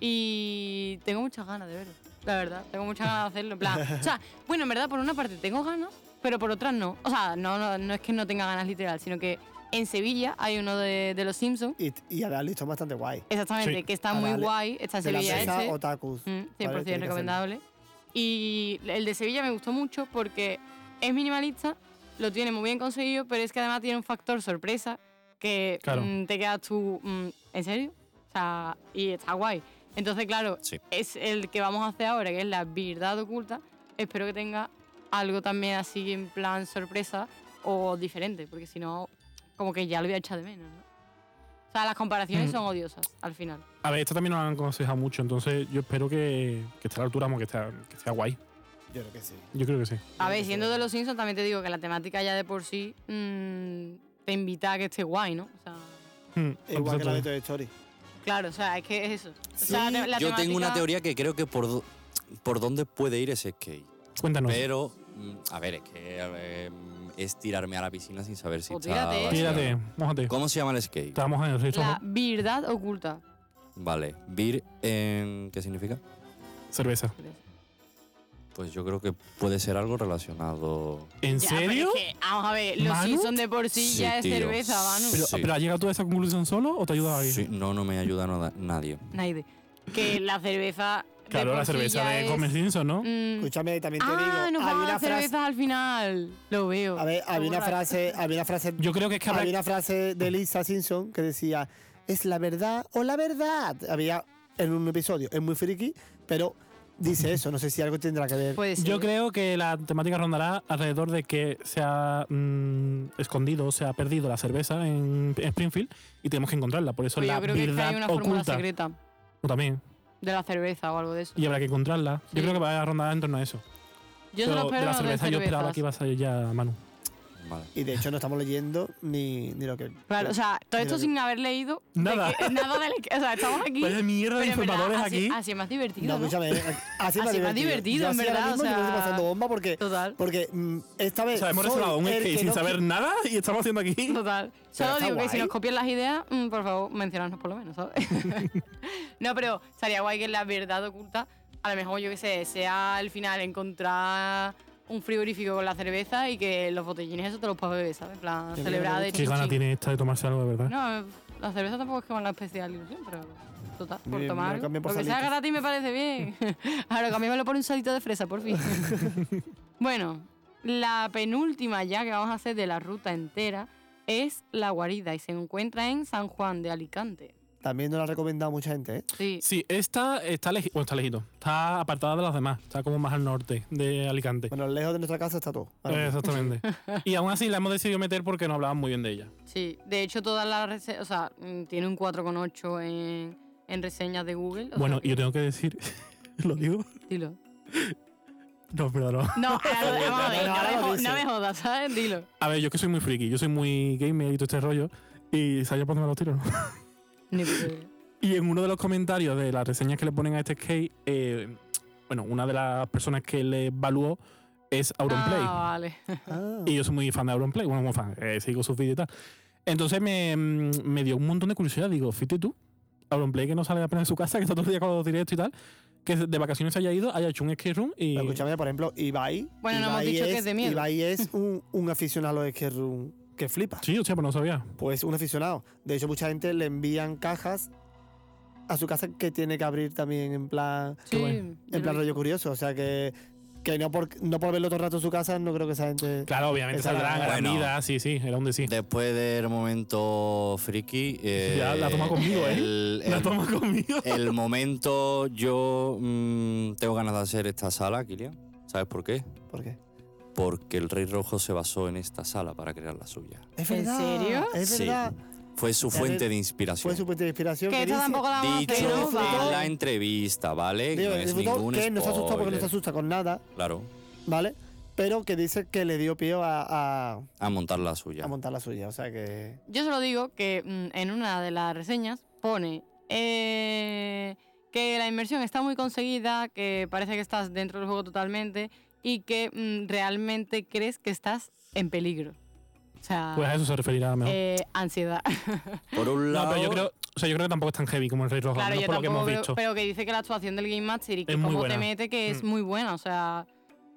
Speaker 2: Y tengo muchas ganas de verlo. La verdad, tengo muchas ganas de hacerlo. en plan-
Speaker 4: [laughs]
Speaker 2: o sea, bueno, en verdad, por una parte tengo ganas, pero por otra no. O sea, no, no, no es que no tenga ganas literal, sino que en Sevilla hay uno de, de los Simpsons.
Speaker 4: Y, y a ver, listo, bastante guay.
Speaker 2: Exactamente,
Speaker 3: Sí.
Speaker 2: que está
Speaker 4: Ah,
Speaker 2: muy
Speaker 4: vale.
Speaker 2: guay. Está en
Speaker 4: de la
Speaker 2: Sevilla
Speaker 4: empresa
Speaker 2: ese.
Speaker 4: Otakus.
Speaker 2: Mm, 100%
Speaker 4: Vale, tiene que
Speaker 2: recomendable. Y el de Sevilla me gustó mucho porque es minimalista, lo tiene muy bien conseguido, pero es que además tiene un factor sorpresa que
Speaker 3: Claro.
Speaker 2: mm, te quedas tú, mm, ¿en serio? O sea, y está guay. Entonces, claro,
Speaker 1: Sí.
Speaker 2: es el que vamos a hacer ahora, que es la verdad oculta. Espero que tenga algo también así en plan sorpresa o diferente, porque si no, como que ya lo voy a echar de menos, ¿no? O sea, las comparaciones
Speaker 3: Mm.
Speaker 2: son odiosas al final.
Speaker 3: A ver, esto también nos han aconsejado mucho, entonces yo espero que, que esté a la altura, vamos, que, esté, que sea guay.
Speaker 4: Yo creo que sí.
Speaker 3: Yo creo que sí.
Speaker 2: A ver, siendo de los Simpsons, también te digo que la temática ya de por sí mm, te invita a que esté guay, ¿no? O sea,
Speaker 3: Hmm,
Speaker 4: Igual que la de
Speaker 3: entonces,
Speaker 4: Toy Story.
Speaker 2: claro, o sea, es que es eso. O sea, te- la
Speaker 1: Yo tengo una
Speaker 2: temática-
Speaker 1: teoría que creo que por, do- por dónde puede ir ese skate.
Speaker 3: Cuéntanos.
Speaker 1: Pero, mm, a ver, es que a ver, mm, es tirarme a la piscina sin saber si
Speaker 2: Pues
Speaker 1: está
Speaker 2: tírate.
Speaker 1: vaciado.
Speaker 3: Tírate, mójate.
Speaker 1: ¿Cómo se llama el skate?
Speaker 3: Estamos en el registro
Speaker 2: La verdad oculta.
Speaker 1: Vale, beer en... ¿Qué significa?
Speaker 3: cerveza.
Speaker 1: Pues yo creo que puede ser algo relacionado...
Speaker 3: ¿En
Speaker 2: Ya, pero
Speaker 3: serio?
Speaker 2: es que, vamos a ver, los
Speaker 3: ¿Manu?
Speaker 2: Simpsons de por sí,
Speaker 1: Sí,
Speaker 2: ya es
Speaker 1: tío.
Speaker 2: cerveza, Manu.
Speaker 3: Pero,
Speaker 1: Sí.
Speaker 3: pero ¿has llegado tú a esa conclusión solo o te ha ayudado alguien?
Speaker 1: Sí, no, no me ayuda nada- nadie.
Speaker 2: Naide. Que la cerveza. de
Speaker 3: Claro,
Speaker 2: por
Speaker 3: la
Speaker 2: sí
Speaker 3: cerveza
Speaker 2: ya
Speaker 3: de
Speaker 2: es,
Speaker 3: Homer Simpson, ¿no?
Speaker 2: mm,
Speaker 4: Escúchame, también te
Speaker 2: Ah,
Speaker 4: digo. había
Speaker 2: nos vamos a
Speaker 4: una
Speaker 2: las
Speaker 4: frase.
Speaker 2: cervezas al final. Lo veo.
Speaker 4: A ver, había una
Speaker 2: Borracho.
Speaker 3: [laughs]
Speaker 4: frase, había una frase,
Speaker 3: Yo creo que es que habrá...
Speaker 4: había una frase de Lisa Simpson que decía es la verdad o la verdad. Había en un episodio, es muy friki, pero dice eso, no sé si algo tendrá que ver.
Speaker 2: Puede ser.
Speaker 3: Yo creo que la temática rondará alrededor de que se ha mm, escondido, se ha perdido la cerveza en Springfield y tenemos que encontrarla. Por eso
Speaker 2: Pues
Speaker 3: la
Speaker 2: yo creo que es que
Speaker 3: verdad
Speaker 2: hay una fórmula
Speaker 3: oculta.
Speaker 2: secreta
Speaker 3: O también.
Speaker 2: de la cerveza o algo de eso.
Speaker 3: Y habrá que encontrarla.
Speaker 2: Sí.
Speaker 3: Yo creo que va a rondar en torno a eso.
Speaker 2: Yo
Speaker 3: Pero
Speaker 2: solo
Speaker 3: de
Speaker 2: espero
Speaker 3: la
Speaker 2: lo de
Speaker 3: cerveza yo esperaba que iba a salir ya Manu.
Speaker 1: Vale.
Speaker 4: Y de hecho no estamos leyendo ni, ni lo que...
Speaker 2: Claro, o sea, todo esto
Speaker 4: Mira, Ah.
Speaker 2: sin haber leído de
Speaker 3: Nada.
Speaker 2: que- nada de la- o sea, estamos aquí.
Speaker 3: Vaya mierda de
Speaker 2: pero en verdad,
Speaker 3: informadores
Speaker 2: así,
Speaker 3: aquí.
Speaker 2: Así es más divertido.
Speaker 4: No,
Speaker 2: ¿no?
Speaker 4: escúchame, así me
Speaker 2: [laughs] Así me ha
Speaker 4: divertido.
Speaker 2: divertido,
Speaker 4: Yo
Speaker 2: en
Speaker 4: así ahora
Speaker 2: verdad, o
Speaker 4: mismo yo estoy
Speaker 2: sea,
Speaker 4: pasando bomba porque,
Speaker 2: Total.
Speaker 4: porque mm, esta vez...
Speaker 3: O sea, hemos
Speaker 4: soy
Speaker 3: reservado un
Speaker 4: el
Speaker 3: skate
Speaker 4: que
Speaker 3: sin
Speaker 4: no
Speaker 3: saber nada y estamos haciendo aquí.
Speaker 2: Total. Solo
Speaker 4: está
Speaker 2: digo que si
Speaker 4: guay.
Speaker 2: nos copian las ideas, mm, por favor, mencionadnos por lo menos, ¿sabes? [laughs] no, pero estaría guay que la verdad oculta, a lo mejor, yo qué sé, sea al final encontrar un frigorífico con la cerveza y que los botellines eso te los puedas beber, ¿sabes? En plan,
Speaker 4: Qué
Speaker 2: celebrar
Speaker 4: bien,
Speaker 2: de
Speaker 3: Qué gana
Speaker 2: chichi.
Speaker 3: tiene esta de tomarse algo, de verdad.
Speaker 2: No, eh, la cerveza tampoco es que una especial ilusión, pero total,
Speaker 4: Bien,
Speaker 2: por
Speaker 4: me lo
Speaker 2: tomar.
Speaker 4: cambian por
Speaker 2: lo que sea
Speaker 4: salitas.
Speaker 2: gratis me parece
Speaker 4: [laughs]
Speaker 2: bien. Ahora cambiámoslo por un salito de fresa, por fin. bueno, la penúltima ya que vamos a hacer de la ruta entera es La Guarida y se encuentra en San Juan de Alicante.
Speaker 4: También nos la ha recomendado mucha gente, ¿eh?
Speaker 2: Sí.
Speaker 3: Sí, esta está lejito. Bueno, está lejito. Está apartada de las demás. Está como más al norte de Alicante.
Speaker 4: Bueno, lejos de nuestra casa está todo. Ahora
Speaker 3: Eh,
Speaker 4: mismo.
Speaker 3: Exactamente.
Speaker 2: [laughs]
Speaker 3: y aún así la hemos decidido meter porque no hablaban muy bien de ella.
Speaker 2: Sí, de hecho todas las reseñas, o sea, mm, tiene un 4,8 en, en reseñas de Google. o
Speaker 3: Bueno,
Speaker 2: sea que-
Speaker 3: yo tengo que decir. [laughs] ¿Lo digo?
Speaker 2: Dilo.
Speaker 3: No, perdón. no.
Speaker 4: [laughs]
Speaker 2: No, ahora- vamos a ver,
Speaker 4: No,
Speaker 2: no,
Speaker 4: ahora
Speaker 2: me
Speaker 4: lo
Speaker 2: jo-
Speaker 4: dice.
Speaker 2: no me jodas, ¿sabes? Dilo.
Speaker 3: A ver, yo que soy muy friki, yo soy muy gamer y todo este rollo. Y sabía por dónde me los tiros.
Speaker 2: Ni puta idea.
Speaker 3: [laughs] Y en uno de los comentarios de las reseñas que le ponen a este skate, eh, bueno, una de las personas que le evaluó es Auronplay.
Speaker 2: Ah, vale.
Speaker 4: Ah.
Speaker 3: Y yo soy muy fan de Auronplay, bueno, muy fan, eh, sigo sus vídeos y tal. Entonces me, mm, me dio un montón de curiosidad, digo, fíjate tú, Auronplay que no sale apenas de su casa, que está todo el día con los directos y tal, que de vacaciones se haya ido, haya hecho un skate room y...
Speaker 4: Pero escúchame, por ejemplo, Ibai.
Speaker 2: Bueno, no hemos
Speaker 4: Ibai
Speaker 2: dicho que es de miedo.
Speaker 4: Ibai es un, un aficionado de skate room que flipa.
Speaker 3: Sí, o sea, pues no sabía.
Speaker 4: Pues un aficionado. De hecho, mucha gente le envían cajas a su casa que tiene que abrir también en plan,
Speaker 2: Sí,
Speaker 3: bueno.
Speaker 2: yo
Speaker 4: en plan
Speaker 2: lo vi.
Speaker 4: rollo curioso. O sea que, que no, por, no por verlo todo el rato en su casa, no creo que esa gente.
Speaker 3: Claro, obviamente
Speaker 4: Esa
Speaker 3: saldrán
Speaker 4: era-
Speaker 3: a la
Speaker 1: Bueno.
Speaker 3: vida, sí, sí, era un de sí.
Speaker 1: Después del momento friki. eh,
Speaker 3: Ya la toma conmigo, ¿eh?
Speaker 1: el-
Speaker 3: La
Speaker 1: el-
Speaker 3: toma conmigo.
Speaker 1: El momento yo mm, tengo ganas de hacer esta sala, Kilian. ¿Sabes por qué?
Speaker 4: ¿Por qué?
Speaker 1: Porque el Rey Rojo se basó en esta sala para crear la suya.
Speaker 4: Es
Speaker 2: ¿En
Speaker 4: verdad,
Speaker 2: serio?
Speaker 4: Es
Speaker 1: Sí.
Speaker 4: verdad.
Speaker 1: Fue su
Speaker 4: Ya
Speaker 1: fuente
Speaker 4: ves,
Speaker 1: de inspiración.
Speaker 4: Fue su fuente de inspiración.
Speaker 2: Que esto
Speaker 4: dice-
Speaker 2: tampoco la vamos a hacer,
Speaker 1: Dicho
Speaker 2: ¿no?
Speaker 1: en
Speaker 2: Vale.
Speaker 1: la entrevista, ¿vale?
Speaker 4: digo,
Speaker 1: no es
Speaker 4: disfrutó
Speaker 1: ningún
Speaker 4: que no se asusta porque no se
Speaker 1: spoiler.
Speaker 4: asusta con nada,
Speaker 1: Claro,
Speaker 4: ¿vale? Pero que dice que le dio pie a, a-
Speaker 1: a montar la suya.
Speaker 4: a montar la suya. O sea que.
Speaker 2: Yo solo digo que mm, en una de las reseñas pone eh, que la inmersión está muy conseguida, que parece que estás dentro del juego totalmente y que mm, realmente crees que estás en peligro. O sea,
Speaker 3: Pues a eso se referirá mejor.
Speaker 2: eh, ansiedad.
Speaker 1: Por un
Speaker 3: No,
Speaker 1: lado.
Speaker 3: pero yo creo, o sea, yo creo que tampoco es tan heavy como el Rey Rojo,
Speaker 2: claro,
Speaker 3: al menos
Speaker 2: yo
Speaker 3: por lo que hemos
Speaker 2: tampoco, creo-
Speaker 3: visto.
Speaker 2: pero que dice que la actuación del Game Master y que
Speaker 3: Es muy
Speaker 2: cómo te
Speaker 3: buena.
Speaker 2: mete que es
Speaker 3: Mm.
Speaker 2: muy buena, o sea,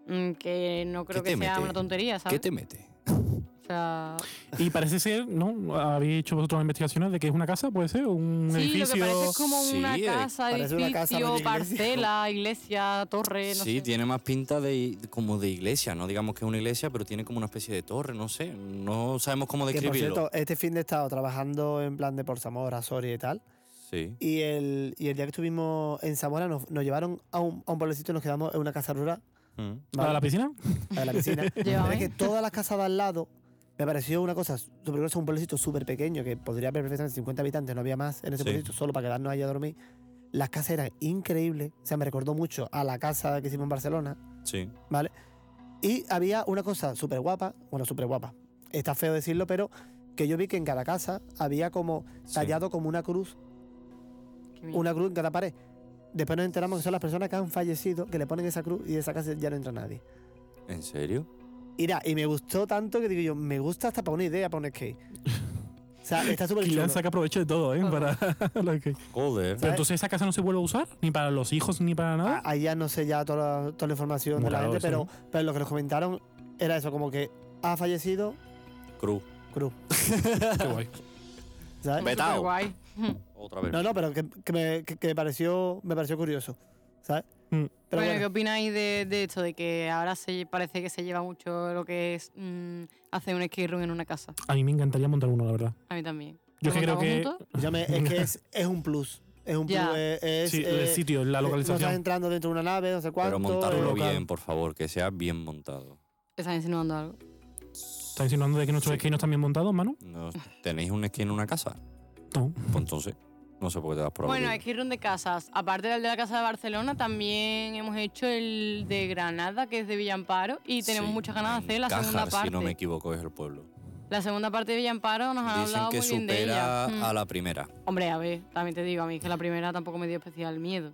Speaker 2: mm, que no creo
Speaker 1: ¿Qué
Speaker 2: que
Speaker 1: te
Speaker 2: sea
Speaker 1: mete?
Speaker 2: una tontería,
Speaker 1: ¿Qué
Speaker 2: ¿sabes?
Speaker 1: te mete?
Speaker 2: O sea,
Speaker 3: Y parece ser, ¿no? Habéis hecho vosotros investigaciones de que es una casa, puede ser, un
Speaker 2: Sí,
Speaker 3: edificio.
Speaker 2: lo que parece es como
Speaker 1: Sí,
Speaker 2: una
Speaker 1: eh,
Speaker 2: casa,
Speaker 4: parece
Speaker 2: edificio,
Speaker 4: una casa, no una iglesia.
Speaker 2: parcela, iglesia, torre, Eh, no
Speaker 1: sí,
Speaker 2: sé.
Speaker 1: tiene más pinta de como de iglesia, no digamos que es una iglesia, pero tiene como una especie de torre, no sé, no sabemos cómo
Speaker 4: Que por
Speaker 1: describirlo.
Speaker 4: cierto, este fin de he estado trabajando en plan de por Zamora, Soria y tal.
Speaker 1: sí.
Speaker 4: Y el, y el día que estuvimos en Zamora nos, nos llevaron a un, a un pueblecito y nos quedamos en una casa rural,
Speaker 1: Mm.
Speaker 3: ¿La de la [laughs] piscina?
Speaker 4: la de la piscina. Pero
Speaker 2: Llévame.
Speaker 4: es que todas las casas de al lado me pareció una cosa súper gruesa, un pueblecito súper pequeño que podría haber perfectamente 50 habitantes, no había más en ese
Speaker 1: Sí.
Speaker 4: pueblecito, solo para quedarnos allá a dormir. Las casas eran increíbles, o sea, me recordó mucho a la casa que hicimos en Barcelona.
Speaker 1: Sí.
Speaker 4: ¿vale? Y había una cosa súper guapa, bueno, súper guapa, está feo decirlo, pero que yo vi que en cada casa había como
Speaker 1: Sí.
Speaker 4: tallado como una cruz,
Speaker 2: Qué mierda.
Speaker 4: una cruz en cada pared. Después nos enteramos que son las personas que han fallecido, que le ponen esa cruz y de esa casa ya no entra nadie.
Speaker 1: ¿En serio?
Speaker 4: Y nada, y me gustó tanto que digo yo, me gusta hasta para una idea, para un skate. O sea,
Speaker 3: [laughs]
Speaker 4: está súper chulo.
Speaker 3: Kilian saca provecho de todo, ¿eh? Para [laughs] lo que-
Speaker 1: Joder.
Speaker 3: Pero entonces esa casa no se vuelve a usar, ni para los hijos, ni para nada.
Speaker 4: Ahí ya no sé ya toda la, toda la información de la
Speaker 3: Morado
Speaker 4: gente,
Speaker 3: eso,
Speaker 4: pero, pero lo que nos comentaron era eso, como que ha fallecido
Speaker 1: Cruz.
Speaker 4: cruz, Ah.
Speaker 3: Qué guay.
Speaker 4: ¿sabes?
Speaker 1: Vetao.
Speaker 2: Superguay.
Speaker 1: Otra vez.
Speaker 4: No, no, pero que, que me, que- que me pareció, me pareció curioso, ¿sabes?
Speaker 3: Mm.
Speaker 4: Pero
Speaker 2: bueno, ¿qué
Speaker 4: bueno,
Speaker 2: opináis de, de esto? De que ahora se parece que se lleva mucho lo que es mm, hacer un skate room en una casa.
Speaker 3: A mí me encantaría montar uno, la verdad.
Speaker 2: A mí también.
Speaker 3: Yo es que creo
Speaker 2: ¿Lo
Speaker 3: que.
Speaker 2: contamos
Speaker 4: Escúchame, es que es, es un plus. Es un
Speaker 2: Ya.
Speaker 4: plus. Es, es,
Speaker 3: Sí,
Speaker 4: eh,
Speaker 3: el sitio, la
Speaker 4: eh, No estás
Speaker 3: localización.
Speaker 4: entrando dentro de una nave, no sé cuánto.
Speaker 1: Pero montarlo
Speaker 4: eh,
Speaker 1: bien, por favor, que sea bien montado.
Speaker 2: Estás insinuando algo.
Speaker 3: ¿Estás insinuando de que nuestros
Speaker 1: Sí.
Speaker 3: esquinos están bien montados, Manu?
Speaker 1: No- ¿Tenéis un esquí en una casa?
Speaker 3: No. [laughs]
Speaker 1: Pues entonces, no sé por qué te das por
Speaker 2: Bueno,
Speaker 1: aludido.
Speaker 2: aquí room de casas. Aparte del de la casa de Barcelona, también hemos hecho el de Granada, que es de Villamparo, y tenemos
Speaker 1: Sí,
Speaker 2: muchas ganas de hacer la
Speaker 1: Cájar,
Speaker 2: segunda parte.
Speaker 1: si no me equivoco, es el pueblo.
Speaker 2: La segunda parte de Villamparo nos han
Speaker 1: Dicen
Speaker 2: hablado
Speaker 1: que
Speaker 2: muy bien de ella.
Speaker 1: supera
Speaker 2: Mm.
Speaker 1: a la primera.
Speaker 2: Hombre, a ver, también te digo, a mí que la primera tampoco me dio especial miedo.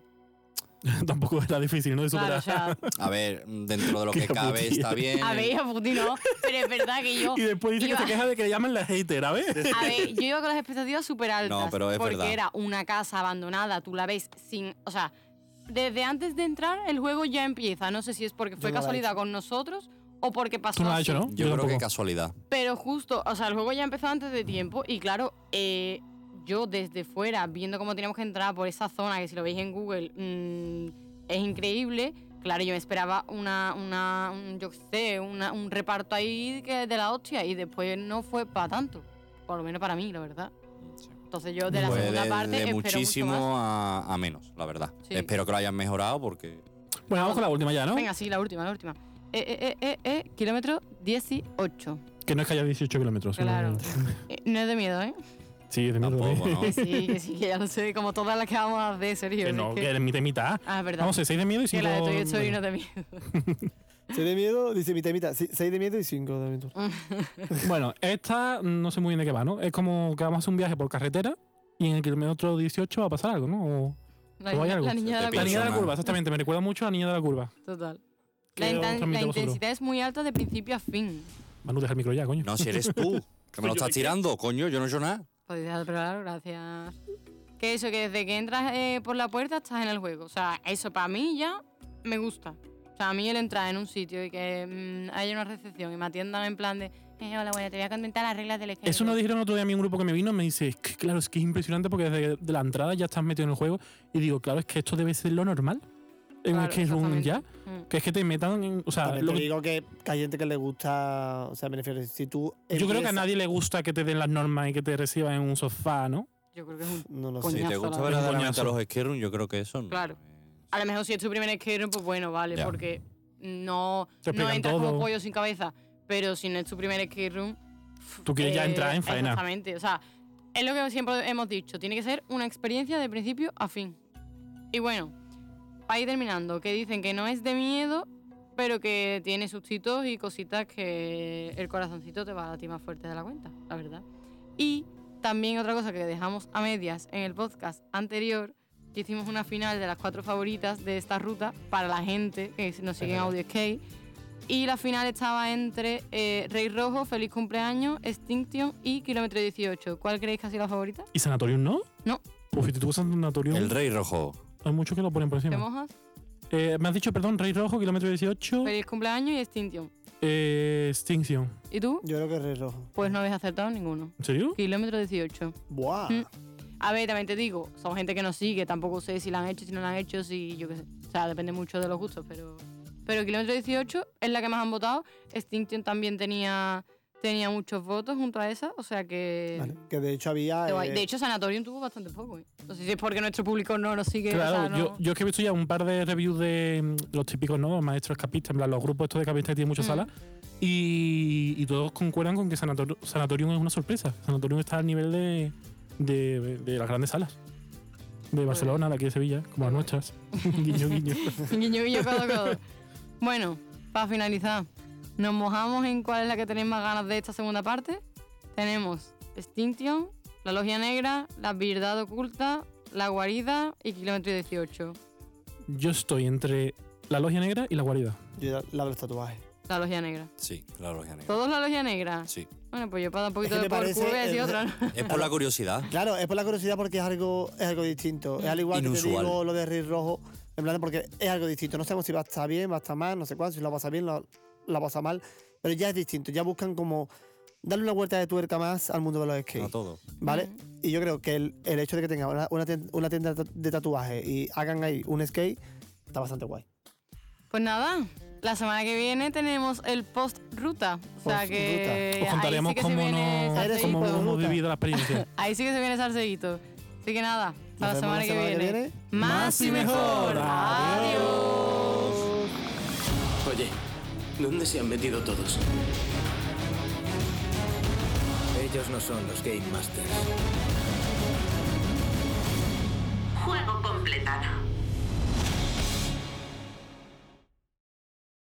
Speaker 3: Tampoco era difícil, ¿no? De
Speaker 2: Claro, o
Speaker 3: superar.
Speaker 2: sea,
Speaker 1: [laughs] A ver, dentro de lo que
Speaker 3: [laughs] Qué
Speaker 1: cabe
Speaker 3: putín.
Speaker 1: está bien.
Speaker 2: a ver, hija puti, no, pero es verdad que
Speaker 1: [laughs]
Speaker 2: yo...
Speaker 3: y después dice
Speaker 2: iba-
Speaker 3: que se queja de que le llaman la hater, a ver.
Speaker 2: A ver, yo iba con las expectativas súper altas.
Speaker 1: No, pero es
Speaker 2: Porque
Speaker 1: verdad.
Speaker 2: era una casa abandonada, tú la ves sin. O sea, desde antes de entrar, el juego ya empieza. No sé si es porque fue
Speaker 4: no la he
Speaker 2: casualidad con nosotros o porque pasó.
Speaker 3: Tú no lo has
Speaker 2: así.
Speaker 3: hecho, ¿no?
Speaker 1: Yo, creo que
Speaker 3: tampoco.
Speaker 1: casualidad.
Speaker 2: Pero justo, o sea, el juego ya empezó antes de tiempo y claro, eh, yo desde fuera, viendo cómo teníamos que entrar por esa zona, que si lo veis en Google, mm, es increíble. Claro, yo me esperaba una, una un, yo qué sé, una- un reparto ahí que de la hostia y después no fue para tanto. Por lo menos para mí, la verdad. Entonces yo de la
Speaker 1: Fue
Speaker 2: segunda
Speaker 1: de-
Speaker 2: parte
Speaker 1: de
Speaker 2: espero
Speaker 1: muchísimo
Speaker 2: mucho
Speaker 1: a, a menos, la verdad.
Speaker 2: Sí.
Speaker 1: Espero que lo hayan mejorado porque
Speaker 3: Bueno, vamos con la última ya, ¿no?
Speaker 2: más. Venga, sí, la última, la última. Eh, eh, eh, eh, eh, kilómetro 18.
Speaker 3: Que no es que haya 18 kilómetros. sino-
Speaker 2: Claro. Eh, no es de miedo, ¿eh?
Speaker 3: [laughs] Sí, de ¿eh? mierda.
Speaker 1: tampoco, ¿no?
Speaker 2: Que
Speaker 3: [laughs]
Speaker 2: sí, que sí, que ya lo sé, como todas las que vamos a hacer, Sergio.
Speaker 3: Que
Speaker 2: es [laughs]
Speaker 3: no,
Speaker 2: que-
Speaker 3: que de mitad y mitad.
Speaker 2: Ah, es verdad.
Speaker 3: Vamos, 6 de miedo y
Speaker 2: que
Speaker 3: 5
Speaker 2: la de Toy Story no te miedo.
Speaker 4: Seis de miedo, dice mitad y mitad. Sí, Seis de miedo y cinco de miedo.
Speaker 3: Bueno, esta mm, no sé muy bien de qué va, ¿no? Es como que vamos a hacer un viaje por carretera y en el kilómetro 18 va a pasar algo, ¿no? O-
Speaker 2: [laughs] La,
Speaker 3: O hay
Speaker 2: niña-
Speaker 3: algo.
Speaker 2: la niña de la
Speaker 1: Te
Speaker 3: La niña de la
Speaker 1: Persona.
Speaker 3: curva, exactamente. Me recuerda mucho a la niña de la curva.
Speaker 2: curva. Total.
Speaker 3: Que
Speaker 2: La,
Speaker 3: os
Speaker 2: inten- la
Speaker 3: transmite a vosotros.
Speaker 2: intensidad es muy alta de principio a fin.
Speaker 3: Manu, deja el micro ya, coño.
Speaker 1: No, si eres tú. Que
Speaker 2: Pues
Speaker 1: me lo estás tirando, coño, yo no he hecho nada.
Speaker 2: Podéis dejar de probar, gracias. Que eso, que desde que entras eh, por la puerta estás en el juego. O sea, eso para mí ya me gusta. O sea, a mí el entrar en un sitio y que mm, haya una recepción y me atiendan en plan de, eh, hola, bueno, te voy a comentar las reglas del esquema.
Speaker 3: Eso nos dijeron otro día a mí un grupo que me vino me dice, "Es que, claro, es que es impresionante porque desde de la entrada ya estás metido en el juego. Y digo, claro, es que esto debe ser lo normal. En un
Speaker 2: Claro,
Speaker 3: escape room
Speaker 2: exactamente.
Speaker 3: ya.
Speaker 2: Mm.
Speaker 3: Que es que te metan en... O sea,
Speaker 4: También
Speaker 3: lo
Speaker 2: pues
Speaker 4: te
Speaker 3: que-
Speaker 4: digo que hay gente que le gusta. O sea, me refiero, si tú.
Speaker 3: yo creo que a
Speaker 4: empiezas-
Speaker 3: nadie le gusta que te den las normas y que te reciban en un sofá, ¿no?
Speaker 2: Yo creo que es un...
Speaker 4: No lo
Speaker 2: Coño.
Speaker 4: sé.
Speaker 1: Si te
Speaker 2: Coñazo,
Speaker 1: gusta
Speaker 2: la verdad.
Speaker 1: verdaderamente
Speaker 3: Coñazo.
Speaker 1: los esquerros, yo creo que eso no.
Speaker 2: Claro. A lo mejor si es tu primer esquero, pues bueno, vale,
Speaker 1: Ya.
Speaker 2: porque no, no
Speaker 3: Te explican
Speaker 2: entras
Speaker 3: todo.
Speaker 2: como pollo sin cabeza. Pero si no es tu primer escape room,
Speaker 3: Tú quieres ya
Speaker 2: Eh,
Speaker 3: entrar en faena.
Speaker 2: Exactamente, o sea, es lo que siempre hemos dicho, tiene que ser una experiencia de principio a fin. Y bueno, para ir terminando, que dicen que no es de miedo, pero que tiene sustitos y cositas que el corazoncito te va a latir más fuerte de la cuenta, la verdad. Y también otra cosa que dejamos a medias en el podcast anterior, que hicimos una final de las cuatro favoritas de esta ruta para la gente que nos sigue en
Speaker 4: verdad.
Speaker 2: Audio Skate. Y la final estaba entre eh, Rey Rojo, Feliz Cumpleaños, Extinction y Kilómetro 18. ¿Cuál creéis que ha sido la favorita?
Speaker 3: ¿Y Sanatorium no?
Speaker 2: No.
Speaker 3: Pues si tú usas Sanatorium,
Speaker 1: El rey rojo.
Speaker 3: hay muchos que lo ponen por
Speaker 2: ¿Te
Speaker 3: encima.
Speaker 2: mojas?
Speaker 3: Eh, me has dicho, perdón, Rey Rojo, kilómetro 18,
Speaker 2: Feliz Cumpleaños y Extinction.
Speaker 3: eh, Extinction.
Speaker 2: ¿Y tú?
Speaker 4: Yo creo que es re rojo.
Speaker 2: Pues no habéis acertado ninguno.
Speaker 3: ¿En serio?
Speaker 2: Kilómetro 18.
Speaker 4: Buah.
Speaker 2: Mm. A ver, también te digo, son gente que nos sigue, tampoco sé si la han hecho, si no la han hecho, si yo qué sé. O sea, depende mucho de los gustos, pero. Pero Kilómetro 18 es la que más han votado. Extinction también tenía, tenía muchos votos junto a esa, o sea que.
Speaker 4: Vale, Que de hecho había.
Speaker 2: Qué guay.
Speaker 4: eh,
Speaker 2: De hecho, Sanatorium tuvo bastante poco. ¿eh? No sé si es porque nuestro público no nos sigue. o
Speaker 3: Claro,
Speaker 2: sea, no-
Speaker 3: yo, yo es que he visto ya un par de reviews de mm, los típicos, ¿no? Maestros escapistas, en plan, los grupos estos de escapistas que tienen muchas
Speaker 2: Mm.
Speaker 3: salas. Y, y todos concuerdan con que Sanator- Sanatorium es una sorpresa. Sanatorium está al nivel de, de, de las grandes salas. De Barcelona, de aquí de Sevilla, como
Speaker 2: [laughs]
Speaker 3: las nuestras. guiño, guiño.
Speaker 2: Guiño, guiño,
Speaker 3: [laughs]
Speaker 2: codo, codo. Bueno, para finalizar, nos mojamos en cuál es la que tenéis más ganas de esta segunda parte. Tenemos Extinction, La Logia Negra, La Verdad Oculta, La Guarida y Kilómetro 18.
Speaker 3: Yo estoy entre la Logia Negra y la Guarida.
Speaker 4: Yo ya la de los tatuajes.
Speaker 2: La Logia Negra.
Speaker 1: Sí, claro, Logia Negra.
Speaker 2: ¿Todos La Logia Negra?
Speaker 1: Sí.
Speaker 2: Bueno, pues yo para dar un poquito
Speaker 4: Es que me
Speaker 2: de por
Speaker 4: parece
Speaker 2: culo voy a decir
Speaker 4: el- [laughs]
Speaker 2: otra. ¿no?
Speaker 1: Es por la curiosidad.
Speaker 3: [laughs]
Speaker 4: Claro, es por la curiosidad porque es algo, es algo distinto. Es al igual que
Speaker 1: Inusual.
Speaker 4: te digo lo de Rey Rojo, en plan porque es algo distinto. No sabemos si va a estar bien, va a estar mal, no sé cuánto, si lo pasa bien, lo, la pasa mal, pero ya es distinto. Ya buscan como darle una vuelta de tuerca más al mundo de los
Speaker 1: No
Speaker 4: skates.
Speaker 1: todo.
Speaker 4: ¿Vale? Y yo creo que el, el hecho de que tengan una, una tien- una tienda de tatuaje y hagan ahí un skate, está bastante guay.
Speaker 2: Pues nada, La semana que viene tenemos el post ruta. O sea
Speaker 4: Post
Speaker 2: que.
Speaker 3: Os contaremos
Speaker 2: Eh, ahí sí que
Speaker 4: Eres
Speaker 2: se viene
Speaker 3: cómo, no-
Speaker 2: salseíto.
Speaker 3: cómo
Speaker 4: hijo de
Speaker 3: hemos
Speaker 4: puta.
Speaker 3: vivido la experiencia.
Speaker 2: Ahí sí que se viene salseíto. Así que nada, hasta la
Speaker 4: vemos
Speaker 2: semana, que, viene.
Speaker 3: Más y mejor.
Speaker 2: Adiós.
Speaker 7: Oye, ¿dónde se han metido todos? Ellos no son los Game Masters.
Speaker 8: Juego completado.